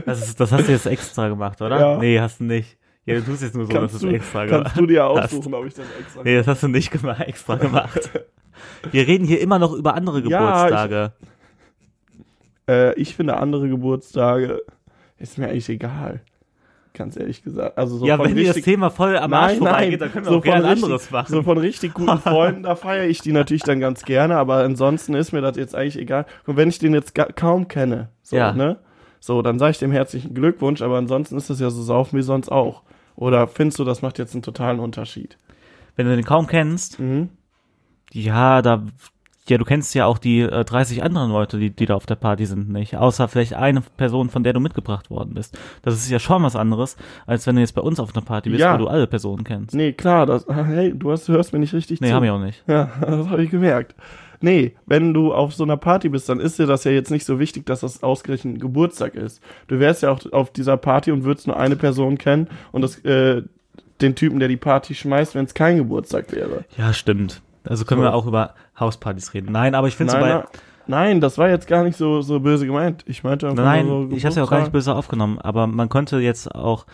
Speaker 3: Das, ist, das hast du jetzt extra gemacht, oder?
Speaker 4: Ja.
Speaker 3: Nee, hast du nicht. Ja, du tust jetzt nur so, dass du
Speaker 4: kannst
Speaker 3: es
Speaker 4: du,
Speaker 3: extra
Speaker 4: kannst
Speaker 3: gemacht
Speaker 4: du dir
Speaker 3: hast.
Speaker 4: aussuchen, ob ich das extra
Speaker 3: Nee, das hast du nicht gema- extra gemacht. Wir reden hier immer noch über andere
Speaker 4: Ja, ich-
Speaker 3: Geburtstage.
Speaker 4: äh, Ich finde andere Geburtstage, ist mir eigentlich egal. Ganz ehrlich gesagt. Also so
Speaker 3: Ja,
Speaker 4: von
Speaker 3: wenn dir das
Speaker 4: richtig-
Speaker 3: Thema voll am Arsch
Speaker 4: Nein, nein,
Speaker 3: vorbeigeht, dann können wir
Speaker 4: so
Speaker 3: auch gerne
Speaker 4: von
Speaker 3: ein
Speaker 4: richtig-
Speaker 3: anderes machen.
Speaker 4: So von richtig guten Freunden, da feiere ich die natürlich dann ganz gerne, aber ansonsten ist mir das jetzt eigentlich egal. Und wenn ich den jetzt ga- kaum kenne, so,
Speaker 3: Ja.
Speaker 4: ne? So, dann sage ich dem herzlichen Glückwunsch, aber ansonsten ist das ja so saufen wie sonst auch. Oder findest du, das macht jetzt einen totalen Unterschied?
Speaker 3: wenn du den kaum kennst,
Speaker 4: Mhm.
Speaker 3: ja, da, ja, du kennst ja auch die äh, 30 anderen Leute, die, die da auf der Party sind, nicht? Außer vielleicht eine Person, von der du mitgebracht worden bist. Das ist ja schon was anderes, als wenn du jetzt bei uns auf einer Party bist,
Speaker 4: Ja.
Speaker 3: wo du alle Personen kennst.
Speaker 4: Nee, klar, das, hey, du hast, hörst mir nicht richtig
Speaker 3: Nee,
Speaker 4: zu.
Speaker 3: haben wir auch nicht.
Speaker 4: Ja, das habe ich gemerkt. Nee, wenn du auf so einer Party bist, dann ist dir das ja jetzt nicht so wichtig, dass das ausgerechnet ein Geburtstag ist. Du wärst ja auch auf dieser Party und würdest nur eine Person kennen und das, äh, den Typen, der die Party schmeißt, wenn es kein Geburtstag wäre.
Speaker 3: Ja, stimmt. Also können
Speaker 4: So.
Speaker 3: wir auch über Hauspartys reden. Nein, aber ich finde so
Speaker 4: Nein,
Speaker 3: bei.
Speaker 4: na- nein, das war jetzt gar nicht so, so böse gemeint. Ich meinte einfach
Speaker 3: Nein,
Speaker 4: nur so
Speaker 3: ich habe ja auch gar nicht
Speaker 4: Geburtstag.
Speaker 3: böse aufgenommen, aber man könnte jetzt auch.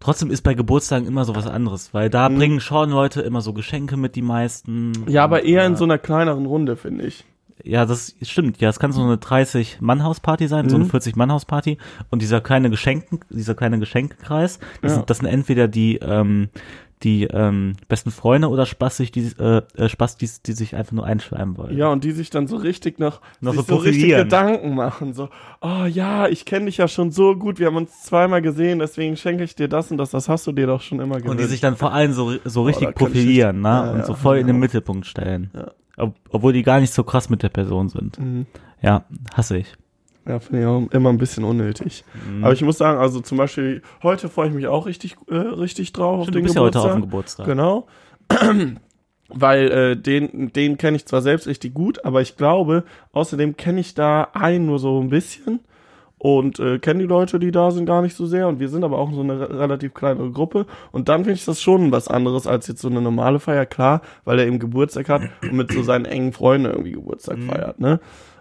Speaker 3: Trotzdem ist bei Geburtstagen immer so was anderes, weil da bringen schon Leute immer so Geschenke mit, die meisten.
Speaker 4: Mhm. Ja, aber eher in
Speaker 3: Ja.
Speaker 4: so einer kleineren Runde, finde ich.
Speaker 3: Ja, das stimmt. Ja, es kann so eine 30-Mann-Hausparty sein, so
Speaker 4: Mhm.
Speaker 3: eine 40-Mann-Hausparty. Und dieser kleine Geschenken, dieser kleine Geschenkekreis, das,
Speaker 4: Ja.
Speaker 3: sind, das sind entweder die, ähm, die ähm, besten Freunde oder Spassig, die, äh, äh, Spastis, die sich einfach nur einschleimen wollen.
Speaker 4: Ja, und die sich dann so richtig noch,
Speaker 3: Noch
Speaker 4: sich
Speaker 3: so
Speaker 4: so richtig
Speaker 3: profilieren.
Speaker 4: Gedanken machen. So, oh ja, ich kenne dich ja schon so gut, wir haben uns zweimal gesehen, deswegen schenke ich dir das und das, das hast du dir doch schon immer gewünscht.
Speaker 3: Und die sich dann vor allem so, so richtig
Speaker 4: Oh, da könnte ich
Speaker 3: profilieren, ne?
Speaker 4: nicht- Ja,
Speaker 3: und
Speaker 4: ja,
Speaker 3: so voll in den
Speaker 4: genau.
Speaker 3: Mittelpunkt stellen.
Speaker 4: Ja.
Speaker 3: Ob, obwohl die gar nicht so krass mit der Person sind.
Speaker 4: Mhm.
Speaker 3: Ja, hasse ich.
Speaker 4: ja, finde ich auch immer ein bisschen unnötig.
Speaker 3: Mhm.
Speaker 4: Aber ich muss sagen, also zum Beispiel, heute freue ich mich auch richtig, äh, richtig drauf auf
Speaker 3: Stimmt, du
Speaker 4: den
Speaker 3: bist ja heute
Speaker 4: Geburtstag.
Speaker 3: auf dem Geburtstag.
Speaker 4: Genau. Weil äh, den, den kenne ich zwar selbst richtig gut, aber ich glaube, außerdem kenne ich da einen nur so ein bisschen und äh, kenne die Leute, die da sind, gar nicht so sehr. Und wir sind aber auch so eine re- relativ kleine Gruppe. Und dann finde ich das schon was anderes als jetzt so eine normale Feier, klar, weil er eben Geburtstag hat und mit so seinen engen Freunden irgendwie Geburtstag
Speaker 3: Mhm.
Speaker 4: feiert, ne?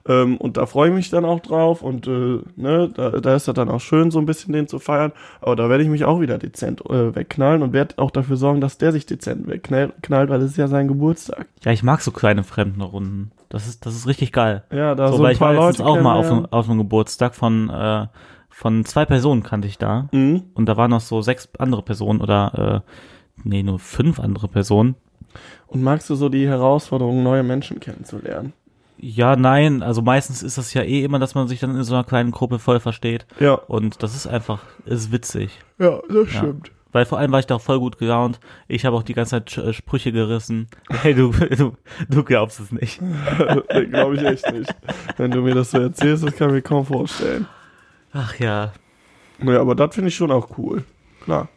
Speaker 4: Ähm, und da freue ich mich dann auch drauf und äh, ne, da, da ist das dann auch schön, so ein bisschen den zu feiern. Aber da werde ich mich auch wieder dezent äh, wegknallen und werde auch dafür sorgen, dass der sich dezent wegknallt, knallt, weil es ist ja sein Geburtstag.
Speaker 3: Ja, ich mag so kleine fremden Runden. Das ist, das ist richtig geil.
Speaker 4: Ja, da
Speaker 3: so,
Speaker 4: so
Speaker 3: weil
Speaker 4: ein
Speaker 3: ich war
Speaker 4: paar
Speaker 3: letztens
Speaker 4: Leute
Speaker 3: auch mal auf,
Speaker 4: kennenlernen.
Speaker 3: einem- auf einem Geburtstag von, äh, von zwei Personen kannte ich da.
Speaker 4: Mhm.
Speaker 3: Und da waren noch so sechs andere Personen oder, äh, nee, nur fünf andere Personen.
Speaker 4: Und magst du so die Herausforderung, neue Menschen kennenzulernen?
Speaker 3: Ja, nein, also meistens ist das ja eh immer, dass man sich dann in so einer kleinen Gruppe voll versteht.
Speaker 4: Ja,
Speaker 3: Und das ist einfach, ist witzig.
Speaker 4: ja, das
Speaker 3: Ja.
Speaker 4: stimmt.
Speaker 3: Weil vor allem war ich da auch voll gut gelaunt. Ich habe auch die ganze Zeit Sch- äh, Sprüche gerissen. Hey, du, du, du glaubst es nicht.
Speaker 4: Glaube ich echt nicht. Wenn du mir das so erzählst, das kann ich mir kaum vorstellen.
Speaker 3: Ach ja.
Speaker 4: Naja, aber das finde ich schon auch cool. Klar.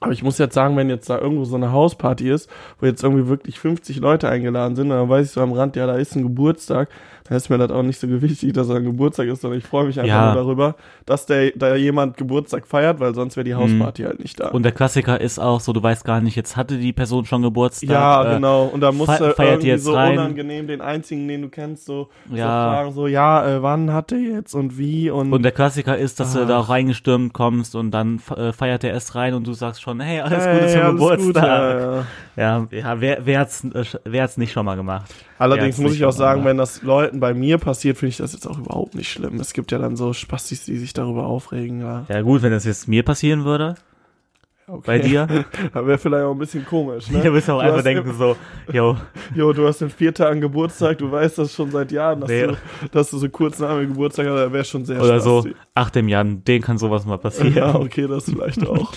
Speaker 4: Aber ich muss jetzt sagen, wenn jetzt da irgendwo so eine Hausparty ist, wo jetzt irgendwie wirklich 50 Leute eingeladen sind, dann weiß ich so am Rand, ja, da ist ein Geburtstag, dann ist mir das auch nicht so wichtig, dass er ein Geburtstag ist, sondern ich freue mich einfach
Speaker 3: Ja.
Speaker 4: nur darüber, dass der, da jemand Geburtstag feiert, weil sonst wäre die Hausparty halt nicht da.
Speaker 3: Mhm. Und der Klassiker ist auch so, du weißt gar nicht, jetzt hatte die Person schon Geburtstag.
Speaker 4: ja,
Speaker 3: äh,
Speaker 4: genau. Und da muss
Speaker 3: fe-
Speaker 4: er
Speaker 3: feiert die
Speaker 4: irgendwie
Speaker 3: jetzt
Speaker 4: so
Speaker 3: rein?
Speaker 4: unangenehm den einzigen, den du kennst, so, so
Speaker 3: Ja.
Speaker 4: fragen, so, ja, äh, wann hat der jetzt und wie und,
Speaker 3: Und der Klassiker ist, dass
Speaker 4: Ah.
Speaker 3: du da auch reingestürmt kommst und dann f- äh, feiert der es rein und du sagst schon, hey, alles
Speaker 4: Hey,
Speaker 3: Gute zum
Speaker 4: alles Gute,
Speaker 3: Geburtstag.
Speaker 4: ja, ja.
Speaker 3: ja, ja, wer, wer hat's, äh, sch- wer hat's nicht schon mal gemacht?
Speaker 4: Allerdings
Speaker 3: Ja,
Speaker 4: muss ich auch
Speaker 3: sicher,
Speaker 4: sagen,
Speaker 3: aber-
Speaker 4: wenn das Leuten bei mir passiert, finde ich das jetzt auch überhaupt nicht schlimm. Es gibt ja dann so Spastis, die sich darüber aufregen. Ja.
Speaker 3: Ja gut, wenn das jetzt mir passieren würde, bei dir,
Speaker 4: Da wäre vielleicht auch ein bisschen komisch, ne?
Speaker 3: dann würdest du auch einfach
Speaker 4: hast
Speaker 3: denken so, yo,
Speaker 4: im- Jo, du hast in vier Tagen Geburtstag, du weißt das schon seit Jahren, dass,
Speaker 3: Nee.
Speaker 4: du, dass du so kurz nach dem Geburtstag hast, da wäre schon sehr
Speaker 3: oder so,
Speaker 4: spasti.
Speaker 3: ach dem Jan, den kann sowas mal passieren.
Speaker 4: Ja, okay, das vielleicht auch.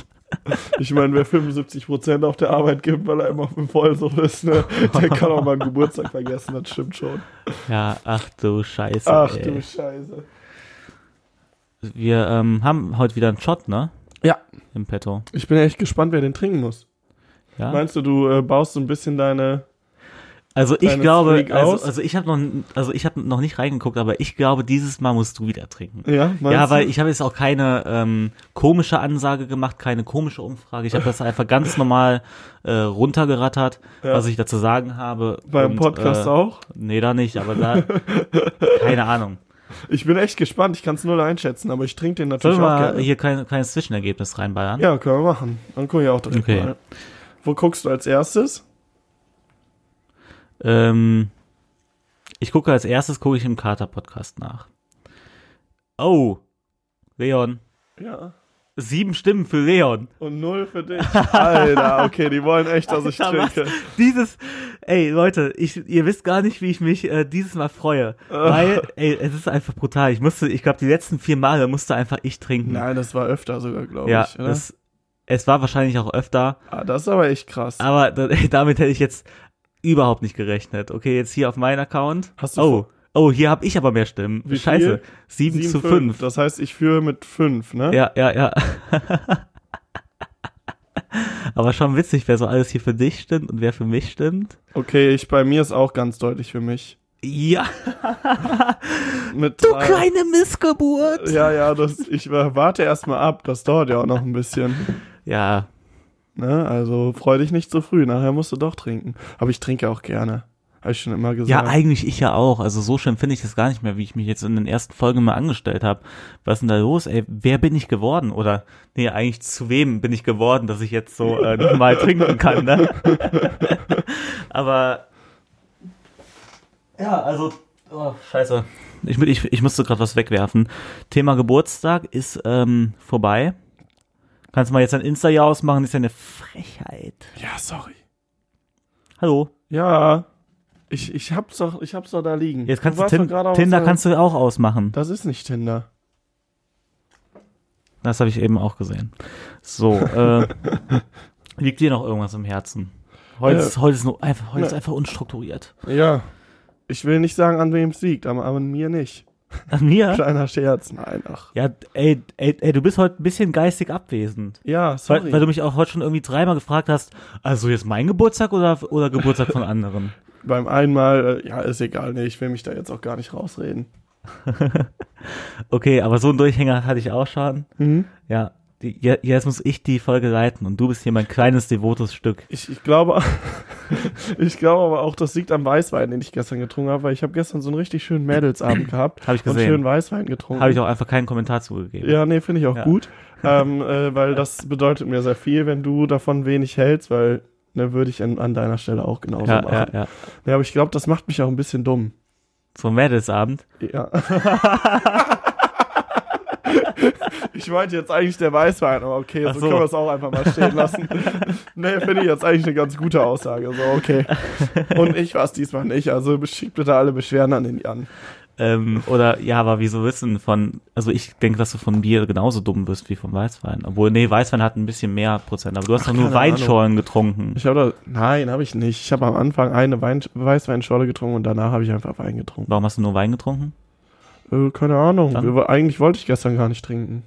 Speaker 4: Ich meine, wer 75% auf der Arbeit gibt, weil er immer auf dem Vollsucht ist, ne, der kann auch mal einen Geburtstag vergessen, das stimmt schon.
Speaker 3: Ja, ach du Scheiße.
Speaker 4: Ach
Speaker 3: ey.
Speaker 4: du Scheiße.
Speaker 3: Wir ähm, haben heute wieder einen Shot, ne?
Speaker 4: Ja.
Speaker 3: Im Petto.
Speaker 4: Ich bin echt gespannt, wer den trinken muss.
Speaker 3: Ja?
Speaker 4: Meinst du, du äh, baust so ein bisschen deine
Speaker 3: Also ich
Speaker 4: Deine
Speaker 3: glaube,
Speaker 4: Freak aus?
Speaker 3: also, also ich habe noch, also ich habe noch nicht reingeguckt, aber ich glaube, dieses Mal musst du wieder trinken.
Speaker 4: Ja, meinst
Speaker 3: ja, weil
Speaker 4: du?
Speaker 3: ich habe jetzt auch keine ähm, komische Ansage gemacht, keine komische Umfrage. Ich habe das einfach ganz normal äh, runtergerattert, was ich dazu sagen habe.
Speaker 4: beim
Speaker 3: Und,
Speaker 4: Podcast
Speaker 3: äh,
Speaker 4: auch.
Speaker 3: Nee, da nicht, aber da keine Ahnung.
Speaker 4: Ich bin echt gespannt, ich kann es null einschätzen, aber ich trinke den
Speaker 3: Sollen
Speaker 4: natürlich
Speaker 3: wir
Speaker 4: auch
Speaker 3: mal
Speaker 4: gerne.
Speaker 3: hier kein kleines Zwischenergebnis reinballern?
Speaker 4: Ja, können wir machen. Dann guck ich auch direkt
Speaker 3: Okay.
Speaker 4: mal. Wo guckst du als erstes?
Speaker 3: Ähm, ich gucke als erstes gucke ich im Kater Podcast nach. Oh, Leon,
Speaker 4: Ja.
Speaker 3: sieben Stimmen für Leon.
Speaker 4: Und null für dich. Alter, okay, die wollen echt, dass ich
Speaker 3: Alter, was?
Speaker 4: trinke.
Speaker 3: Dieses, ey Leute, ich, ihr wisst gar nicht, wie ich mich äh, dieses Mal freue, weil, ey, es ist einfach brutal. Ich musste, ich glaube, die letzten vier Male musste einfach ich trinken.
Speaker 4: Nein, das war öfter sogar, glaube
Speaker 3: ja,
Speaker 4: ich, oder? Das,
Speaker 3: es, es war wahrscheinlich auch öfter,
Speaker 4: ah, das ist aber echt krass.
Speaker 3: aber da, damit hätte ich jetzt überhaupt nicht gerechnet. Okay, jetzt hier auf meinen Account.
Speaker 4: Hast du
Speaker 3: Oh, oh, hier habe ich aber mehr Stimmen.
Speaker 4: Wie
Speaker 3: Scheiße,
Speaker 4: viel?
Speaker 3: sieben
Speaker 4: Sieben,
Speaker 3: zu
Speaker 4: fünf.
Speaker 3: fünf.
Speaker 4: Das heißt, ich führe mit fünf, ne?
Speaker 3: Ja, ja, ja. Aber schon witzig, wer so alles hier für dich stimmt und wer für mich stimmt.
Speaker 4: Okay, ich, bei mir ist auch ganz deutlich für mich.
Speaker 3: Ja,
Speaker 4: Mit
Speaker 3: du
Speaker 4: drei.
Speaker 3: kleine Missgeburt.
Speaker 4: Ja, ja, das, ich warte erstmal ab, das dauert ja auch noch ein bisschen.
Speaker 3: Ja,
Speaker 4: Ne? Also freu dich nicht zu früh, nachher musst du doch trinken. Aber ich trinke auch gerne. Habe ich schon immer gesagt.
Speaker 3: ja, eigentlich ich ja auch. Also so schlimm finde ich das gar nicht mehr, wie ich mich jetzt in den ersten Folgen mal angestellt habe. Was ist denn da los? Ey, wer bin ich geworden? Oder nee, eigentlich zu wem bin ich geworden, dass ich jetzt so äh, nicht mal trinken kann, ne? Aber ja, also oh, scheiße. Ich, mu- ich, ich musste gerade was wegwerfen. Thema Geburtstag ist ähm, vorbei. Kannst mal jetzt dein Insta ja ausmachen, ist ja eine Frechheit.
Speaker 4: ja, sorry.
Speaker 3: Hallo.
Speaker 4: Ja. Ich, ich hab's doch, ich hab's doch da liegen.
Speaker 3: Jetzt kannst du,
Speaker 4: warst
Speaker 3: Tin
Speaker 4: doch gerade auf
Speaker 3: Tinder
Speaker 4: der-
Speaker 3: kannst du auch ausmachen.
Speaker 4: Das ist nicht Tinder.
Speaker 3: Das habe ich eben auch gesehen. So, äh, liegt dir noch irgendwas im Herzen? Heute,
Speaker 4: Äh,
Speaker 3: ist, heute, ist, nur einfach, heute ist
Speaker 4: ne.
Speaker 3: einfach unstrukturiert.
Speaker 4: Ja. Ich will nicht sagen, an wem es liegt, aber an mir nicht.
Speaker 3: An mir?
Speaker 4: Kleiner Scherz. Nein, ach.
Speaker 3: Ja, ey, ey, ey, du bist heute ein bisschen geistig abwesend.
Speaker 4: Ja, sorry.
Speaker 3: Weil, weil du mich auch heute schon irgendwie dreimal gefragt hast, also jetzt mein Geburtstag oder, oder Geburtstag von anderen?
Speaker 4: Beim einmal, äh, ja, ist egal, nee, ich will mich da jetzt auch gar nicht rausreden.
Speaker 3: Okay, aber so einen Durchhänger hatte ich auch schon.
Speaker 4: Mhm.
Speaker 3: Ja, die, ja, jetzt muss ich die Folge leiten und du bist hier mein kleines, devotes Stück.
Speaker 4: Ich, ich glaube, ich glaube aber auch, das liegt am Weißwein, den ich gestern getrunken habe, weil ich habe gestern so einen richtig schönen Mädelsabend gehabt.
Speaker 3: Hab ich
Speaker 4: Und
Speaker 3: gesehen.
Speaker 4: schönen Weißwein getrunken.
Speaker 3: Habe ich auch einfach keinen Kommentar zugegeben.
Speaker 4: Ja, nee, finde ich auch
Speaker 3: Ja.
Speaker 4: gut, ähm, äh, weil das bedeutet mir sehr viel, wenn du davon wenig hältst, weil ne, würde ich an, an deiner Stelle auch genauso
Speaker 3: ja,
Speaker 4: machen.
Speaker 3: ja.
Speaker 4: Ja,
Speaker 3: ja.
Speaker 4: Nee, aber ich glaube, das macht mich auch ein bisschen dumm.
Speaker 3: So ein Mädelsabend.
Speaker 4: Ja. ich meinte jetzt eigentlich der Weißwein, aber okay, so,
Speaker 3: Ach so.
Speaker 4: können wir es auch einfach mal stehen lassen. nee, finde ich jetzt eigentlich eine ganz gute Aussage, so okay. Und ich war es diesmal nicht, also schickt bitte alle Beschwerden an den Jan.
Speaker 3: Ähm, oder ja, aber wieso wissen von, also ich denke, dass du von Bier genauso dumm wirst wie vom Weißwein. Obwohl, nee, Weißwein hat ein bisschen mehr Prozent, aber du hast doch nur
Speaker 4: keine Ahnung.
Speaker 3: Weinschorlen getrunken.
Speaker 4: Ich habe da, nein, habe ich nicht. Ich habe am Anfang eine Wein, Weißweinschorle getrunken und danach habe ich einfach Wein getrunken.
Speaker 3: Warum hast du nur Wein getrunken?
Speaker 4: Äh, keine Ahnung.
Speaker 3: Dann-
Speaker 4: Wir- eigentlich wollte ich gestern gar nicht trinken.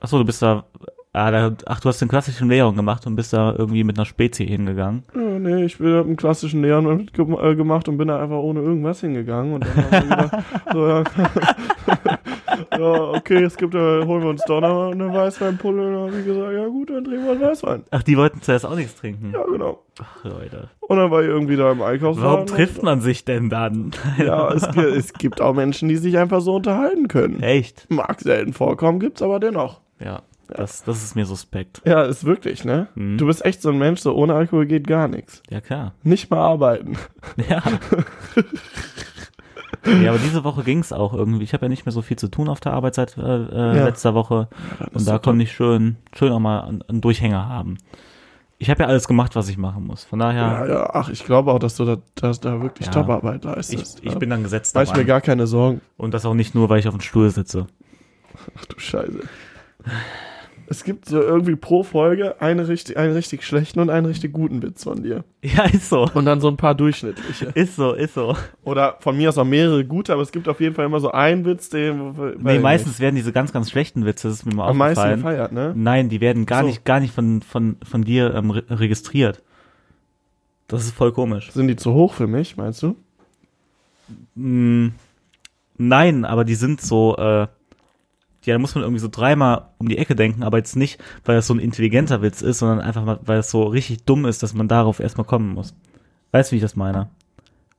Speaker 3: Achso, du bist da, ah, da, ach, du hast den klassischen Leon gemacht und bist da irgendwie mit einer Spezi hingegangen.
Speaker 4: Ja, Äh, nee, ich bin einen klassischen Leon mitgem- äh, gemacht und bin da einfach ohne irgendwas hingegangen. Und dann haben wir gedacht, so, ja, ja, okay, es gibt, äh, holen wir uns doch noch eine Weißweinpulle. Und dann habe ich gesagt, ja gut, dann trinken wir einen Weißwein.
Speaker 3: Ach, die wollten zuerst auch nichts trinken.
Speaker 4: Ja, genau.
Speaker 3: Ach, Leute.
Speaker 4: Und dann war ich irgendwie da im Einkaufswagen.
Speaker 3: Warum trifft man sich denn dann?
Speaker 4: Ja, es, gi- es gibt auch Menschen, die sich einfach so unterhalten können.
Speaker 3: Echt?
Speaker 4: Mag selten vorkommen, gibt's aber dennoch.
Speaker 3: Ja, das, das ist mir suspekt.
Speaker 4: Ja, ist wirklich, ne?
Speaker 3: Mhm.
Speaker 4: Du bist echt so ein Mensch, so ohne Alkohol geht gar nichts.
Speaker 3: Ja, klar.
Speaker 4: Nicht mal arbeiten.
Speaker 3: Ja. ja, aber diese Woche ging's auch irgendwie. Ich habe ja nicht mehr so viel zu tun auf der Arbeit seit äh, äh,
Speaker 4: Ja.
Speaker 3: letzter Woche. Und da konnte ich schön, schön auch mal einen, einen Durchhänger haben. Ich habe ja alles gemacht, was ich machen muss. Von
Speaker 4: Ja,
Speaker 3: daher,
Speaker 4: ja, ach, ich glaube auch, dass du da, dass da wirklich
Speaker 3: Ja.
Speaker 4: Toparbeit
Speaker 3: ich,
Speaker 4: leistest.
Speaker 3: ich
Speaker 4: ne?
Speaker 3: bin dann gesetzt
Speaker 4: Mach ich mir
Speaker 3: dabei.
Speaker 4: gar keine Sorgen.
Speaker 3: Und das auch nicht nur, weil ich auf dem Stuhl sitze.
Speaker 4: Ach du Scheiße. Es gibt so irgendwie pro Folge eine richtig, einen richtig schlechten und einen richtig guten Witz von dir.
Speaker 3: Ja, ist so.
Speaker 4: Und dann so ein paar durchschnittliche.
Speaker 3: Ist so, ist so.
Speaker 4: Oder von mir aus auch mehrere gute, aber es gibt auf jeden Fall immer so einen Witz, den. wo-
Speaker 3: Nee,
Speaker 4: weiß ich
Speaker 3: meistens werden diese ganz, ganz schlechten Witze, das ist mir mal
Speaker 4: nicht. am meisten
Speaker 3: aufgefallen.
Speaker 4: gefeiert, ne?
Speaker 3: Nein, die werden gar
Speaker 4: So.
Speaker 3: nicht, gar nicht von, von, von dir ähm, re registriert. Das ist voll komisch.
Speaker 4: Sind die zu hoch für mich, meinst du?
Speaker 3: Mm, Nein, aber die sind so, äh, ja, da muss man irgendwie so dreimal um die Ecke denken, aber jetzt nicht, weil das so ein intelligenter Witz ist, sondern einfach mal, weil es so richtig dumm ist, dass man darauf erstmal kommen muss. Weißt du, wie ich das meine?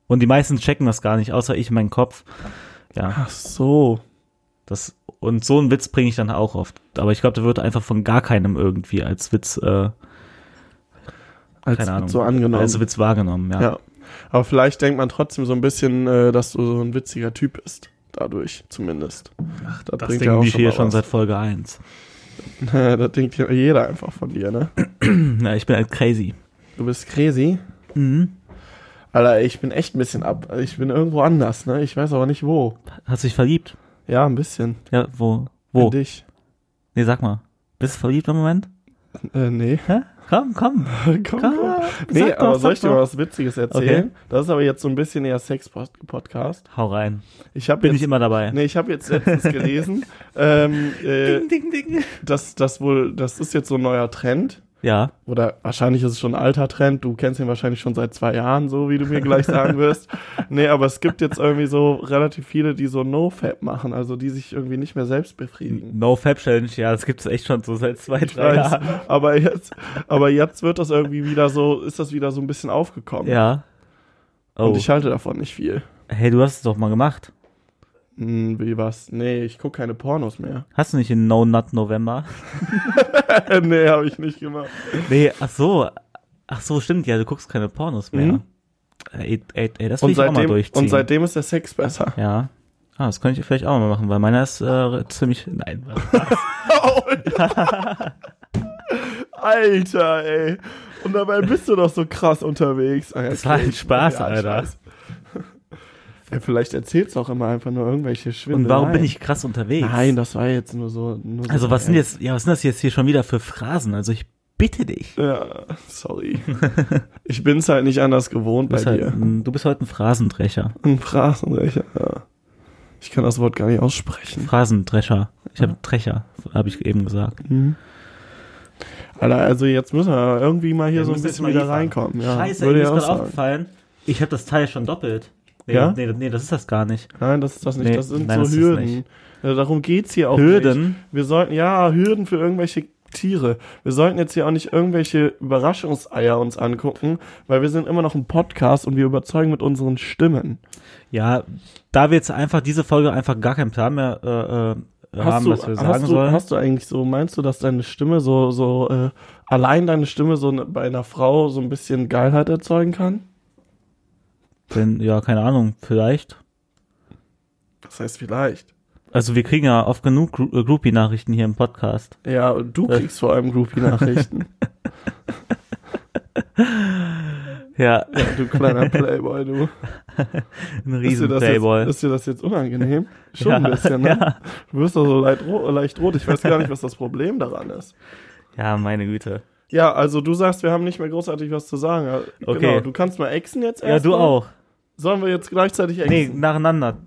Speaker 3: Und die meisten checken das gar nicht, außer ich in meinen Kopf. Ja,
Speaker 4: Ach so.
Speaker 3: das, und so einen Witz bringe ich dann auch oft. Aber ich glaube, der wird einfach von gar keinem irgendwie als Witz, äh,
Speaker 4: Als
Speaker 3: keine Ahnung, Also
Speaker 4: Witz so angenommen.
Speaker 3: als Witz wahrgenommen, ja.
Speaker 4: Ja. Aber vielleicht denkt man trotzdem so ein bisschen, äh, dass du so ein witziger Typ bist. Dadurch zumindest. Ach, da
Speaker 3: Das
Speaker 4: bringt
Speaker 3: denken die hier
Speaker 4: mal
Speaker 3: schon
Speaker 4: was.
Speaker 3: seit Folge 1.
Speaker 4: da denkt ja jeder einfach von dir, ne?
Speaker 3: Ja, ich bin halt crazy.
Speaker 4: Du bist crazy.
Speaker 3: Mhm.
Speaker 4: Alter, ich bin echt ein bisschen ab. Ich bin irgendwo anders, ne? Ich weiß aber nicht wo.
Speaker 3: Hast du dich verliebt?
Speaker 4: Ja, ein bisschen.
Speaker 3: Ja, wo? Wo?
Speaker 4: In dich.
Speaker 3: Nee, sag mal. Bist du verliebt im Moment?
Speaker 4: Äh, nee.
Speaker 3: Hä? Komm, komm.
Speaker 4: komm,
Speaker 3: komm.
Speaker 4: komm.
Speaker 3: Sag
Speaker 4: Nee,
Speaker 3: doch,
Speaker 4: aber
Speaker 3: sag
Speaker 4: soll ich dir
Speaker 3: doch.
Speaker 4: mal was Witziges erzählen?
Speaker 3: Okay.
Speaker 4: Das ist aber jetzt so ein bisschen eher Sex-Podcast.
Speaker 3: Hau rein.
Speaker 4: Ich habe
Speaker 3: Bin
Speaker 4: jetzt,
Speaker 3: ich immer dabei.
Speaker 4: Nee, ich habe jetzt letztens gelesen, ähm, äh,
Speaker 3: ding, ding.
Speaker 4: dass das wohl, das ist jetzt so ein neuer Trend.
Speaker 3: Ja,
Speaker 4: oder wahrscheinlich ist es schon ein alter Trend, du kennst ihn wahrscheinlich schon seit zwei Jahren, so wie du mir gleich sagen wirst. Nee, aber es gibt jetzt irgendwie so relativ viele, die so No-Fap machen, also die sich irgendwie nicht mehr selbst befriedigen.
Speaker 3: No Fab Challenge, ja, das gibt's echt schon so seit zwei,
Speaker 4: Ich
Speaker 3: drei
Speaker 4: weiß,
Speaker 3: Jahren.
Speaker 4: aber jetzt, aber jetzt wird das irgendwie wieder so, ist das wieder so ein bisschen aufgekommen.
Speaker 3: Ja.
Speaker 4: Und
Speaker 3: Oh.
Speaker 4: ich halte davon nicht viel.
Speaker 3: Hey, du hast es doch mal gemacht.
Speaker 4: Hm, wie was? Nee, ich gucke keine Pornos mehr.
Speaker 3: Hast du nicht in No Nut November?
Speaker 4: nee, habe ich nicht gemacht.
Speaker 3: Nee, ach so. Ach so, stimmt, ja, du guckst keine Pornos mehr.
Speaker 4: Mhm.
Speaker 3: Ey, ey, ey, das will
Speaker 4: Und
Speaker 3: ich auch mal
Speaker 4: seitdem,
Speaker 3: durchziehen.
Speaker 4: und seitdem ist der Sex besser.
Speaker 3: ja. Ah, das könnte ich vielleicht auch mal machen, weil meiner ist äh, ziemlich. Nein,
Speaker 4: Alter, ey. Und dabei bist du doch so krass unterwegs. Ah, ja,
Speaker 3: Das war ein Spaß,
Speaker 4: ich
Speaker 3: Alter.
Speaker 4: weiß. Ey, vielleicht erzählst du auch immer einfach nur irgendwelche Schwindel.
Speaker 3: Und warum bin ich krass unterwegs?
Speaker 4: Nein, das war jetzt nur so. Nur so
Speaker 3: Also was sind jetzt, ja, was sind das jetzt hier schon wieder für Phrasen? Also ich bitte dich.
Speaker 4: Ja, sorry. ich bin's halt nicht anders gewohnt
Speaker 3: Du
Speaker 4: bei
Speaker 3: bist, halt,
Speaker 4: dir.
Speaker 3: ein- du bist heute ein Phrasendrecher.
Speaker 4: Ein Phrasendrecher. Ja. Ich kann das Wort gar nicht aussprechen.
Speaker 3: Phrasendrescher. Ich habe Trecher, habe ich eben gesagt.
Speaker 4: Alter, also jetzt müssen wir irgendwie mal hier so ein bisschen wieder reinkommen. Ja,
Speaker 3: Scheiße,
Speaker 4: würde
Speaker 3: mir ist
Speaker 4: ich auch
Speaker 3: gerade
Speaker 4: sagen.
Speaker 3: aufgefallen, ich habe das Teil schon doppelt. Nee,
Speaker 4: Ja?
Speaker 3: nee, nee, das ist das gar nicht.
Speaker 4: Nein, das ist das nicht.
Speaker 3: Nee,
Speaker 4: das sind
Speaker 3: nein, das
Speaker 4: so
Speaker 3: ist es
Speaker 4: Hürden.
Speaker 3: nicht.
Speaker 4: Äh, Darum geht's hier auch nicht.
Speaker 3: Hürden?
Speaker 4: Wir sollten, ja, Hürden für irgendwelche Tiere. Wir sollten jetzt hier auch nicht irgendwelche Überraschungseier uns angucken, weil wir sind immer noch ein Podcast und wir überzeugen mit unseren Stimmen.
Speaker 3: Ja, da wir jetzt einfach diese Folge einfach gar keinen Plan mehr äh, äh, haben, was wir sagen
Speaker 4: hast, du,
Speaker 3: sollen.
Speaker 4: hast du eigentlich so, meinst du, dass deine Stimme so, so, äh, allein deine Stimme so ne- bei einer Frau so ein bisschen Geilheit erzeugen kann?
Speaker 3: Denn, ja, keine Ahnung, vielleicht.
Speaker 4: Das heißt vielleicht.
Speaker 3: Also wir kriegen ja oft genug Gru äh, Groupie-Nachrichten hier im Podcast.
Speaker 4: Ja, und du kriegst vor allem Groupie-Nachrichten.
Speaker 3: Ja,
Speaker 4: Du kleiner Playboy, du.
Speaker 3: ein
Speaker 4: Ist dir,
Speaker 3: riesen
Speaker 4: das
Speaker 3: Playboy.
Speaker 4: jetzt, ist dir das jetzt unangenehm? Schon
Speaker 3: Ja,
Speaker 4: ein bisschen, ne? Du wirst doch so leicht, ro leicht rot. Ich weiß gar nicht, was das Problem daran ist.
Speaker 3: Ja, meine Güte.
Speaker 4: Ja, also du sagst, wir haben nicht mehr großartig was zu sagen. Ja,
Speaker 3: Okay.
Speaker 4: Genau, du kannst mal exen jetzt
Speaker 3: Ja, du
Speaker 4: erstmal.
Speaker 3: auch.
Speaker 4: Sollen wir jetzt gleichzeitig
Speaker 3: Nee,
Speaker 4: exen?
Speaker 3: nacheinander.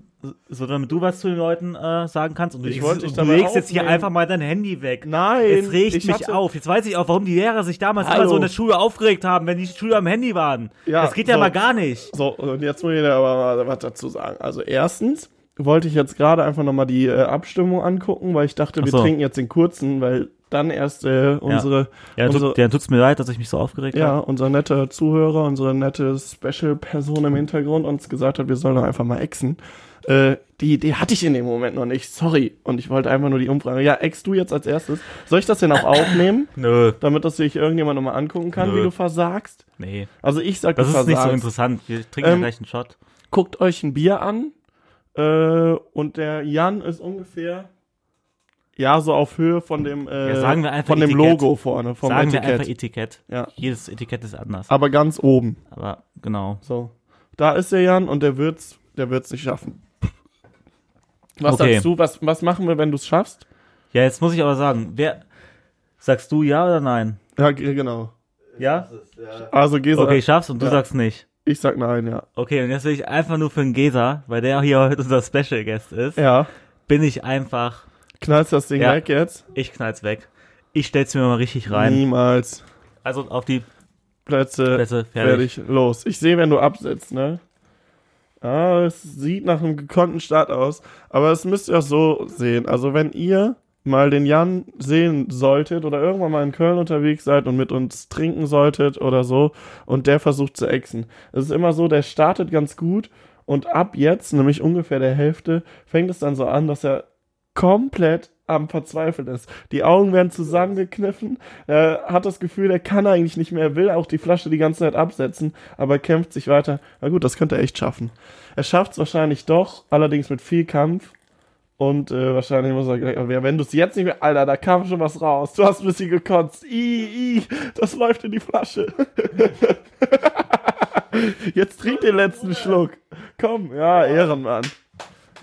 Speaker 3: So, damit du was zu den Leuten äh, sagen kannst. Und du,
Speaker 4: Ich wollte dich
Speaker 3: und du
Speaker 4: dabei
Speaker 3: legst jetzt hier
Speaker 4: aufnehmen.
Speaker 3: einfach mal dein Handy weg.
Speaker 4: Nein,
Speaker 3: Es regt
Speaker 4: ich
Speaker 3: mich
Speaker 4: hatte-
Speaker 3: auf. Jetzt weiß ich auch, warum die Lehrer sich damals immer
Speaker 4: Hallo.
Speaker 3: so in der Schule aufgeregt haben, wenn die Schüler am Handy waren.
Speaker 4: Ja,
Speaker 3: das geht ja
Speaker 4: so.
Speaker 3: mal gar nicht.
Speaker 4: So, und jetzt muss ich da aber mal was dazu sagen. Also erstens wollte ich jetzt gerade einfach nochmal die äh, Abstimmung angucken, weil ich dachte, wir
Speaker 3: Ach so.
Speaker 4: trinken jetzt den kurzen, weil dann erst äh, unsere,
Speaker 3: Ja,
Speaker 4: unsere
Speaker 3: tut, ja, tut's mir leid, dass ich mich so aufgeregt
Speaker 4: Ja,
Speaker 3: habe.
Speaker 4: unser netter Zuhörer, unsere nette Special-Person im Hintergrund uns gesagt hat, wir sollen doch einfach mal exen. Äh, die Idee hatte ich in dem Moment noch nicht, sorry. Und ich wollte einfach nur die Umfrage. Ja, ex du jetzt als erstes. Soll ich das denn auch aufnehmen,
Speaker 3: Nö,
Speaker 4: damit das sich irgendjemand nochmal angucken kann,
Speaker 3: Nö.
Speaker 4: wie du versagst?
Speaker 3: nee.
Speaker 4: Also ich sag,
Speaker 3: Das
Speaker 4: du
Speaker 3: ist nicht so
Speaker 4: versagst.
Speaker 3: interessant. Wir trinken ja
Speaker 4: Ähm,
Speaker 3: gleich einen Shot.
Speaker 4: Guckt euch ein Bier an. Äh, und der Jan ist ungefähr, ja, so auf Höhe von dem, äh,
Speaker 3: Ja, sagen wir einfach
Speaker 4: von dem
Speaker 3: Etikett.
Speaker 4: Logo vorne, vom
Speaker 3: Sagen wir einfach
Speaker 4: Etikett.
Speaker 3: Etikett.
Speaker 4: Ja.
Speaker 3: Jedes Etikett ist anders.
Speaker 4: Aber ganz oben.
Speaker 3: Aber genau.
Speaker 4: So. Da ist der Jan und der wird's, der wird's nicht schaffen. Was
Speaker 3: Okay.
Speaker 4: sagst du? Was, was machen wir, wenn du's schaffst?
Speaker 3: Ja, jetzt muss ich aber sagen, wer. Sagst du ja oder nein?
Speaker 4: Ja, ge- genau.
Speaker 3: Ja?
Speaker 4: Also Gesa,
Speaker 3: Okay, ich schaff's und du
Speaker 4: Ja.
Speaker 3: sagst nicht.
Speaker 4: ich sag nein, ja.
Speaker 3: Okay, und jetzt will ich einfach nur für den Gesa, weil der hier heute unser Special Guest ist,
Speaker 4: Ja.
Speaker 3: bin ich einfach.
Speaker 4: Knallst das Ding
Speaker 3: Ja.
Speaker 4: weg jetzt?
Speaker 3: Ich knall's weg. Ich stell's mir mal richtig rein.
Speaker 4: Niemals.
Speaker 3: Also auf die
Speaker 4: Plätze,
Speaker 3: Plätze, fertig.
Speaker 4: fertig. los. Ich sehe, wenn du absetzt, ne? Ah, es sieht nach einem gekonnten Start aus. Aber es müsst ihr auch so sehen. Also, wenn ihr mal den Jan sehen solltet oder irgendwann mal in Köln unterwegs seid und mit uns trinken solltet oder so und der versucht zu exen. Es ist immer so, der startet ganz gut und ab jetzt, nämlich ungefähr der Hälfte, fängt es dann so an, dass er komplett am Verzweifeln ist. Die Augen werden zusammengekniffen, er hat das Gefühl, er kann eigentlich nicht mehr, er will auch die Flasche die ganze Zeit absetzen, aber kämpft sich weiter. Na gut, das könnte er echt schaffen. Er schafft es wahrscheinlich doch, allerdings mit viel Kampf. Und äh, wahrscheinlich muss er gleich, aber wenn du es jetzt nicht mehr, Alter, da kam schon was raus. Du hast ein bisschen gekotzt. I, i, das läuft in die Flasche. jetzt trink den letzten Schluck. Komm, ja, Ehrenmann.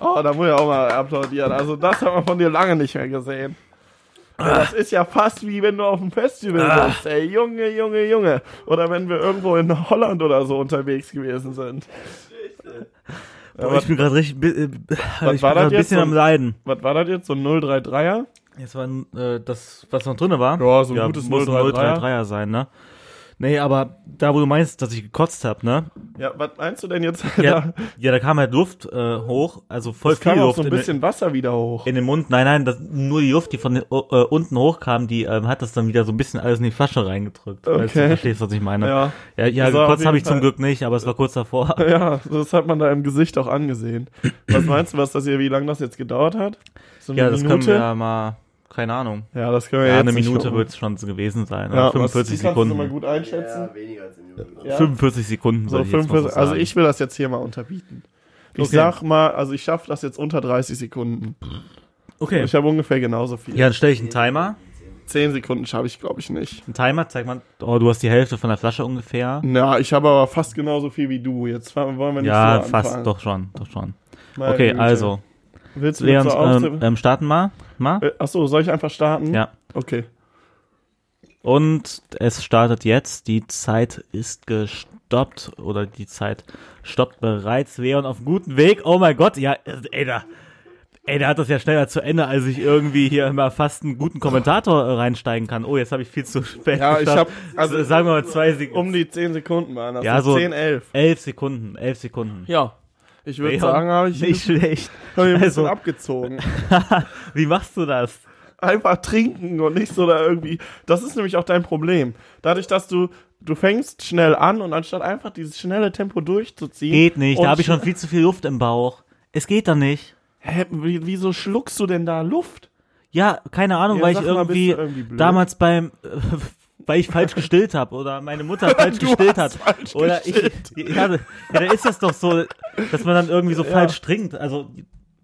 Speaker 4: Oh, da muss ich auch mal applaudieren. Also das hat man von dir lange nicht mehr gesehen. Also, Das ist ja fast wie wenn du auf einem
Speaker 3: Ah.
Speaker 4: Festival bist. Ey, Junge, Junge, Junge. Oder wenn wir irgendwo in Holland oder so unterwegs gewesen sind.
Speaker 3: Boah, ich bin gerade richtig bi- äh, ich bin
Speaker 4: war das
Speaker 3: grad ein
Speaker 4: jetzt?
Speaker 3: bisschen
Speaker 4: So-
Speaker 3: am Leiden.
Speaker 4: Was war das jetzt? So ein 033er?
Speaker 3: Jetzt war äh, das, was noch drin war.
Speaker 4: Ja, so ein gutes 033er.
Speaker 3: 033er sein, ne? Nee, aber da, wo du meinst, dass ich gekotzt hab, ne?
Speaker 4: Ja, was meinst du denn jetzt?
Speaker 3: Ja,
Speaker 4: Ja,
Speaker 3: ja, da kam halt Luft äh, hoch, also voll
Speaker 4: es
Speaker 3: viel
Speaker 4: kam auch
Speaker 3: Luft
Speaker 4: so ein
Speaker 3: in-
Speaker 4: bisschen Wasser wieder hoch.
Speaker 3: in den Mund. Nein, nein, das, nur die Luft, die von den, äh, unten hochkam, die ähm, hat das dann wieder so ein bisschen alles in die Flasche reingedrückt. Falls Du
Speaker 4: Okay.
Speaker 3: verstehst, was ich meine.
Speaker 4: Ja.
Speaker 3: ja, ja
Speaker 4: Das war auf
Speaker 3: gekotzt
Speaker 4: jeden
Speaker 3: habe ich zum
Speaker 4: Fall-
Speaker 3: Glück nicht, aber es war kurz davor.
Speaker 4: Ja, das hat man da im Gesicht auch angesehen. Was meinst du, was das hier, wie lange das jetzt gedauert hat? So eine
Speaker 3: ja, das können
Speaker 4: Minute?
Speaker 3: wir ja mal, keine Ahnung.
Speaker 4: ja, das können wir
Speaker 3: Ja,
Speaker 4: jetzt
Speaker 3: eine
Speaker 4: nicht
Speaker 3: Minute
Speaker 4: gucken.
Speaker 3: wird es schon so gewesen sein.
Speaker 4: ja,
Speaker 3: oder 45
Speaker 4: was, die Kannst du mal
Speaker 3: Sekunden.
Speaker 4: gut einschätzen?
Speaker 5: weniger als im Juni.
Speaker 4: Ja.
Speaker 3: 45 Sekunden
Speaker 4: so
Speaker 3: soll ich jetzt mal
Speaker 4: 45,
Speaker 3: so
Speaker 4: also
Speaker 3: sagen.
Speaker 4: ich will das jetzt hier mal unterbieten. Ich
Speaker 3: Okay.
Speaker 4: sag mal, also ich schaffe das jetzt unter 30 Sekunden.
Speaker 3: Okay.
Speaker 4: Ich habe ungefähr genauso viel.
Speaker 3: Ja, dann stelle ich einen Timer.
Speaker 4: 10 Sekunden schaffe ich, glaube ich, nicht.
Speaker 3: Ein Timer, zeigt man. Oh, du hast die Hälfte von der Flasche ungefähr.
Speaker 4: Na, ich habe aber fast genauso viel wie du. Jetzt fa- wollen wir nicht
Speaker 3: Ja,
Speaker 4: so
Speaker 3: fast,
Speaker 4: anfangen.
Speaker 3: doch schon, doch schon.
Speaker 4: Meine
Speaker 3: okay,
Speaker 4: Güte.
Speaker 3: also.
Speaker 4: Willst du
Speaker 3: Leon,
Speaker 4: jetzt so
Speaker 3: ähm,
Speaker 4: ähm,
Speaker 3: ähm, starten mal. mal.
Speaker 4: Achso, soll ich einfach starten?
Speaker 3: Ja.
Speaker 4: Okay.
Speaker 3: Und es startet jetzt. Die Zeit ist gestoppt. Oder die Zeit stoppt bereits. Leon auf gutem Weg. Oh mein Gott. Ja, äh, ey, da. Ey, der hat das ja schneller zu Ende, als ich irgendwie hier mal fast einen guten Kommentator äh, reinsteigen kann. Oh, jetzt habe ich viel zu spät.
Speaker 4: Ja, ich
Speaker 3: gestartet.
Speaker 4: hab- also-
Speaker 3: S- sagen wir mal zwei Sekunden.
Speaker 4: Um die 10 Sekunden waren das.
Speaker 3: Ja, so-
Speaker 4: 10, 11.
Speaker 3: elf Sekunden, elf Sekunden.
Speaker 4: Ja. Ich würde
Speaker 3: Leon,
Speaker 4: sagen, habe ich,
Speaker 3: nicht
Speaker 4: ich
Speaker 3: schlecht.
Speaker 4: hab ich ein bisschen
Speaker 3: Also,
Speaker 4: abgezogen.
Speaker 3: wie machst du das?
Speaker 4: Einfach trinken und nicht so da irgendwie. Das ist nämlich auch dein Problem. Dadurch, dass du, du fängst schnell an und anstatt einfach dieses schnelle Tempo durchzuziehen.
Speaker 3: Geht nicht,
Speaker 4: und
Speaker 3: da habe ich schon viel zu viel Luft im Bauch. Es geht doch nicht.
Speaker 4: Hä, wie- wieso schluckst du denn da Luft?
Speaker 3: Ja, keine Ahnung,
Speaker 4: Ja,
Speaker 3: weil ich
Speaker 4: sag mal, bist du
Speaker 3: irgendwie,
Speaker 4: irgendwie blöd?
Speaker 3: damals beim, äh, weil ich falsch gestillt habe oder meine Mutter falsch
Speaker 4: Du
Speaker 3: gestillt hat.
Speaker 4: hast falsch
Speaker 3: oder ich, ja, ja, dann ist das doch so, dass man dann irgendwie so falsch trinkt. Also,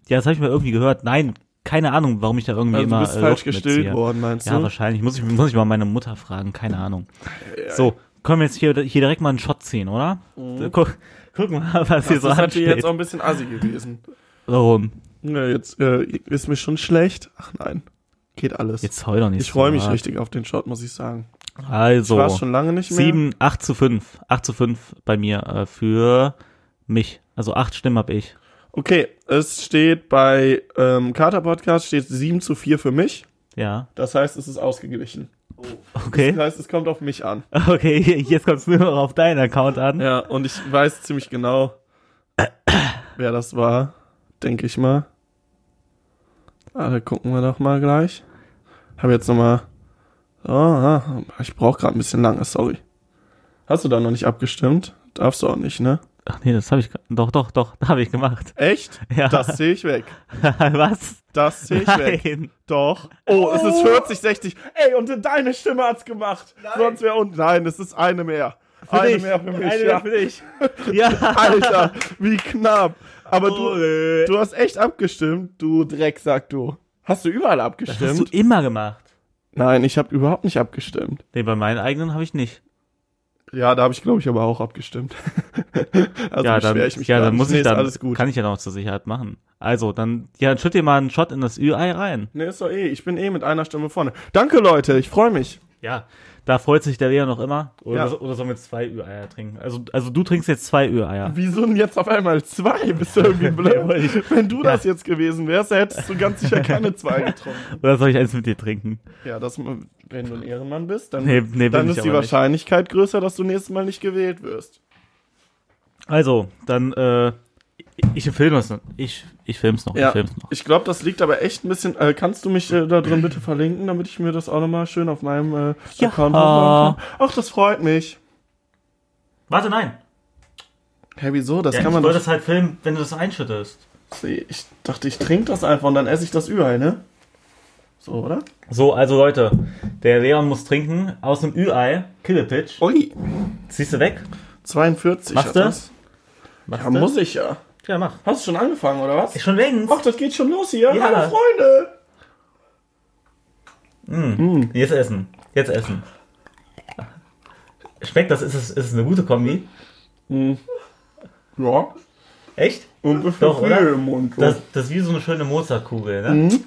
Speaker 3: ja, das habe ich mal irgendwie gehört. Nein, keine Ahnung, warum ich da irgendwie
Speaker 4: Also,
Speaker 3: immer
Speaker 4: du bist
Speaker 3: äh,
Speaker 4: falsch
Speaker 3: Luft
Speaker 4: gestillt
Speaker 3: mitziehe.
Speaker 4: worden, meinst
Speaker 3: Ja,
Speaker 4: du?
Speaker 3: wahrscheinlich. Muss ich, muss ich mal meine Mutter fragen, keine Ahnung. So, Können wir jetzt hier, hier direkt mal einen Shot ziehen, oder? Guck, guck mal, was hier
Speaker 4: Mhm. Das
Speaker 3: so
Speaker 4: ist natürlich
Speaker 3: ansteht.
Speaker 4: jetzt auch ein bisschen assi gewesen.
Speaker 3: Warum?
Speaker 4: Ja, jetzt äh, ist mir schon schlecht. Ach nein, geht alles.
Speaker 3: Jetzt heul doch nicht
Speaker 4: ich freue mich
Speaker 3: hart.
Speaker 4: richtig auf den Shot, muss ich sagen. Ich war
Speaker 3: Also,
Speaker 4: schon lange nicht mehr.
Speaker 3: 7, 8 zu 5. 8 zu 5 bei mir äh, für mich. Also 8 Stimmen habe ich.
Speaker 4: Okay, es steht bei ähm, Kater Podcast steht 7 zu 4 für mich.
Speaker 3: Ja,
Speaker 4: Das heißt, es ist ausgeglichen. Das
Speaker 3: okay.
Speaker 4: heißt, es kommt auf mich an.
Speaker 3: Okay, jetzt kommst du nur noch auf deinen Account an.
Speaker 4: Ja, und ich weiß ziemlich genau, wer das war, denke ich mal. Ah, da gucken wir doch mal gleich. Habe jetzt nochmal. Oh, ah, ich brauche gerade ein bisschen lange, sorry. Hast du da noch nicht abgestimmt? Darfst du auch nicht, ne?
Speaker 3: Ach nee, das habe ich. ge- Doch, doch, doch, habe ich gemacht.
Speaker 4: Echt?
Speaker 3: Ja.
Speaker 4: Das sehe ich weg.
Speaker 3: Was?
Speaker 4: Das sehe ich weg.
Speaker 3: Nein.
Speaker 4: Doch. Oh, es ist 40, 60. Ey, und deine Stimme hat's gemacht. Sonst wäre unten. Nein, es ist eine mehr. eine
Speaker 3: dich.
Speaker 4: mehr für mich.
Speaker 3: Eine
Speaker 4: ja.
Speaker 3: mehr für dich. Ja.
Speaker 4: Alter, wie knapp. Aber
Speaker 3: Ole.
Speaker 4: du, du hast echt abgestimmt, du Drecksack, du. Hast du überall
Speaker 3: Hast du
Speaker 4: abgestimmt?
Speaker 3: immer gemacht.
Speaker 4: Nein, ich habe überhaupt nicht abgestimmt.
Speaker 3: Nee, bei meinen eigenen habe ich nicht.
Speaker 4: Ja, da habe ich, glaube ich, aber auch abgestimmt. also
Speaker 3: ja, dann,
Speaker 4: beschwer ich mich
Speaker 3: ja,
Speaker 4: gar
Speaker 3: dann
Speaker 4: nicht.
Speaker 3: muss
Speaker 4: Nee,
Speaker 3: ich
Speaker 4: ist
Speaker 3: dann.
Speaker 4: alles gut.
Speaker 3: Kann ich ja noch zur Sicherheit machen. Also, dann, ja, dann schütt dir mal einen Shot in das Ü-Ei rein.
Speaker 4: Nee, ist doch eh. Ich bin eh mit einer Stimme vorne. Danke, Leute. Ich freue mich.
Speaker 3: Ja, da freut sich der Leon noch immer. Oder,
Speaker 4: Ja.
Speaker 3: oder sollen wir zwei Ü-Eier trinken? Also, also du trinkst jetzt zwei Ü-Eier.
Speaker 4: Wieso denn jetzt auf einmal zwei? Bist du irgendwie
Speaker 3: wollte
Speaker 4: blöd?
Speaker 3: ich-
Speaker 4: Wenn du das jetzt gewesen wärst, hättest du ganz sicher keine zwei getrunken.
Speaker 3: Oder soll ich eins mit dir trinken?
Speaker 4: Ja, das, wenn du ein Ehrenmann bist, dann,
Speaker 3: Nee, nee, bin
Speaker 4: dann
Speaker 3: ich
Speaker 4: ist die
Speaker 3: aber nicht.
Speaker 4: Wahrscheinlichkeit größer, dass du nächstes Mal nicht gewählt wirst.
Speaker 3: Also, dann, äh, ich, ich filme es noch. Ich, ich film's noch, ich
Speaker 4: Ja,
Speaker 3: film's noch.
Speaker 4: ich glaube, das liegt aber echt ein bisschen. Äh, kannst du mich äh, da drin bitte verlinken, damit ich mir das auch nochmal schön auf meinem äh,
Speaker 3: Ja.
Speaker 4: Account hochladen kann? Ach, das freut mich.
Speaker 3: Warte, nein.
Speaker 4: Hä, wieso? Das
Speaker 3: Ja,
Speaker 4: kann
Speaker 3: ich
Speaker 4: man
Speaker 3: wollte
Speaker 4: doch.
Speaker 3: das halt filmen, wenn du das einschüttest.
Speaker 4: Nee, Ich dachte, ich trinke das einfach und dann esse ich das überall, ne? So, oder?
Speaker 3: So, also Leute, der Leon muss trinken aus einem Ü-Ei, Killepitch.
Speaker 4: Ui,
Speaker 3: Ziehst du weg?
Speaker 4: 42.
Speaker 3: Machst
Speaker 4: hat
Speaker 3: du?
Speaker 4: das.
Speaker 3: Machst
Speaker 4: Ja,
Speaker 3: du?
Speaker 4: muss ich ja.
Speaker 3: Ja, mach.
Speaker 4: Hast du schon angefangen, oder was?
Speaker 3: Ist schon längst.
Speaker 4: Ach, das geht schon los hier.
Speaker 3: Ja.
Speaker 4: Hallo, Freunde.
Speaker 3: Jetzt essen. Jetzt essen. Schmeckt das? Ist es, ist es eine gute Kombi?
Speaker 4: Ja.
Speaker 3: Echt?
Speaker 4: Und
Speaker 3: Doch,
Speaker 4: Gefühl
Speaker 3: oder?
Speaker 4: im Mund. so.
Speaker 3: Das, das ist wie so eine schöne Mozartkugel, ne?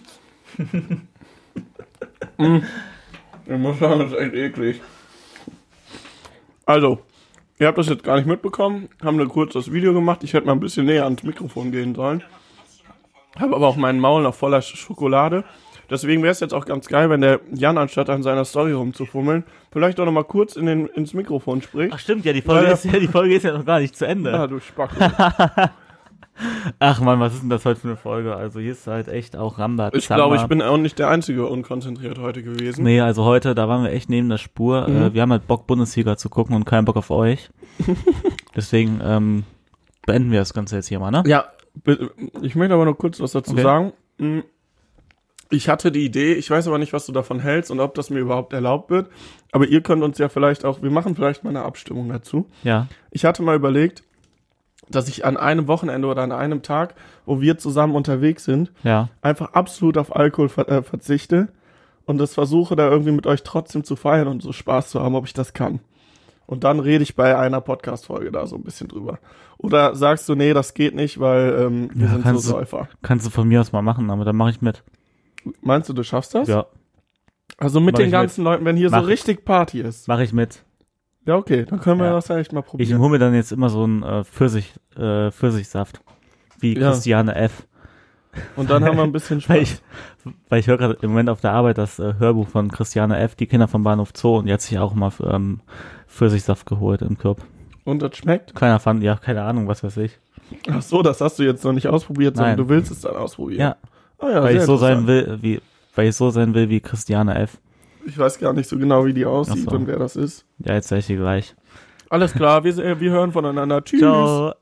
Speaker 4: Mhm. Ich muss sagen, das ist echt eklig. Also, ihr habt das jetzt gar nicht mitbekommen, haben nur kurz das Video gemacht. Ich hätte mal ein bisschen näher ans Mikrofon gehen sollen. Habe aber auch meinen Maul noch voller Sch- Schokolade. Deswegen wäre es jetzt auch ganz geil, wenn der Jan, anstatt an seiner Story rumzufummeln, vielleicht auch nochmal kurz in den, ins Mikrofon
Speaker 3: Ach
Speaker 4: spricht.
Speaker 3: stimmt, ja die, Folge
Speaker 4: Ja, ja.
Speaker 3: Ist, ja, die Folge ist ja noch gar nicht zu Ende.
Speaker 4: Ja, du Spack.
Speaker 3: Ach man, was ist denn das heute für eine Folge? Also hier ist halt echt auch Rambert.
Speaker 4: Ich glaube, ich bin auch nicht der Einzige unkonzentriert heute gewesen.
Speaker 3: Nee, also heute, da waren wir echt neben der Spur.
Speaker 4: Mhm.
Speaker 3: Äh, wir haben halt Bock, Bundesliga zu gucken und keinen Bock auf euch. Deswegen ähm, beenden wir das Ganze jetzt hier mal, ne?
Speaker 4: Ja, bi- ich möchte aber noch kurz was dazu
Speaker 3: Okay.
Speaker 4: sagen. Mm, Ich hatte die Idee, ich weiß aber nicht, was du davon hältst und ob das mir überhaupt erlaubt wird. Aber ihr könnt uns ja vielleicht auch, wir machen vielleicht mal eine Abstimmung dazu.
Speaker 3: Ja.
Speaker 4: Ich hatte mal überlegt, dass ich an einem Wochenende oder an einem Tag, wo wir zusammen unterwegs sind,
Speaker 3: Ja.
Speaker 4: einfach absolut auf Alkohol ver äh, verzichte und das versuche da irgendwie mit euch trotzdem zu feiern und so Spaß zu haben, ob ich das kann. Und dann rede ich bei einer Podcast-Folge da so ein bisschen drüber. Oder sagst du, nee, das geht nicht, weil ähm, wir
Speaker 3: Ja,
Speaker 4: sind so
Speaker 3: kannst du-
Speaker 4: Säufer.
Speaker 3: Kannst du von mir aus mal machen, aber dann mache ich mit.
Speaker 4: Meinst du, du schaffst das?
Speaker 3: Ja,
Speaker 4: Also mit
Speaker 3: Mach
Speaker 4: den
Speaker 3: ich
Speaker 4: ganzen Leuten, wenn hier
Speaker 3: Mach
Speaker 4: so
Speaker 3: ich.
Speaker 4: richtig Party ist.
Speaker 3: mache ich mit.
Speaker 4: Ja, okay, dann können wir
Speaker 3: Ja.
Speaker 4: das ja echt mal
Speaker 3: Ich
Speaker 4: probieren.
Speaker 3: hole mir dann jetzt immer so einen äh, Pfirsich, äh, Pfirsichsaft. Wie
Speaker 4: Ja.
Speaker 3: Christiane F.
Speaker 4: Und dann haben wir ein bisschen
Speaker 3: Weil
Speaker 4: Spaß.
Speaker 3: ich, weil ich höre gerade im Moment auf der Arbeit das äh, Hörbuch von Christiane F., die Kinder vom Bahnhof Zoo, und die hat sich auch mal ähm, Pfirsichsaft geholt im Club.
Speaker 4: Und das schmeckt?
Speaker 3: Kleiner Fun, ja, keine Ahnung, was weiß ich.
Speaker 4: Ach so, das hast du jetzt noch nicht ausprobiert, sondern
Speaker 3: Nein.
Speaker 4: du willst es dann ausprobieren.
Speaker 3: Ja,
Speaker 4: Ah ja
Speaker 3: weil
Speaker 4: sehr
Speaker 3: ich so sein will,
Speaker 4: interessant.
Speaker 3: wie, weil ich so sein will wie Christiane F.
Speaker 4: Ich weiß gar nicht so genau, wie die aussieht
Speaker 3: Ach so.
Speaker 4: und wer das ist.
Speaker 3: Ja, jetzt sag ich dir gleich.
Speaker 4: Alles klar, wir, se- wir hören voneinander. Tschüss.
Speaker 3: Ciao.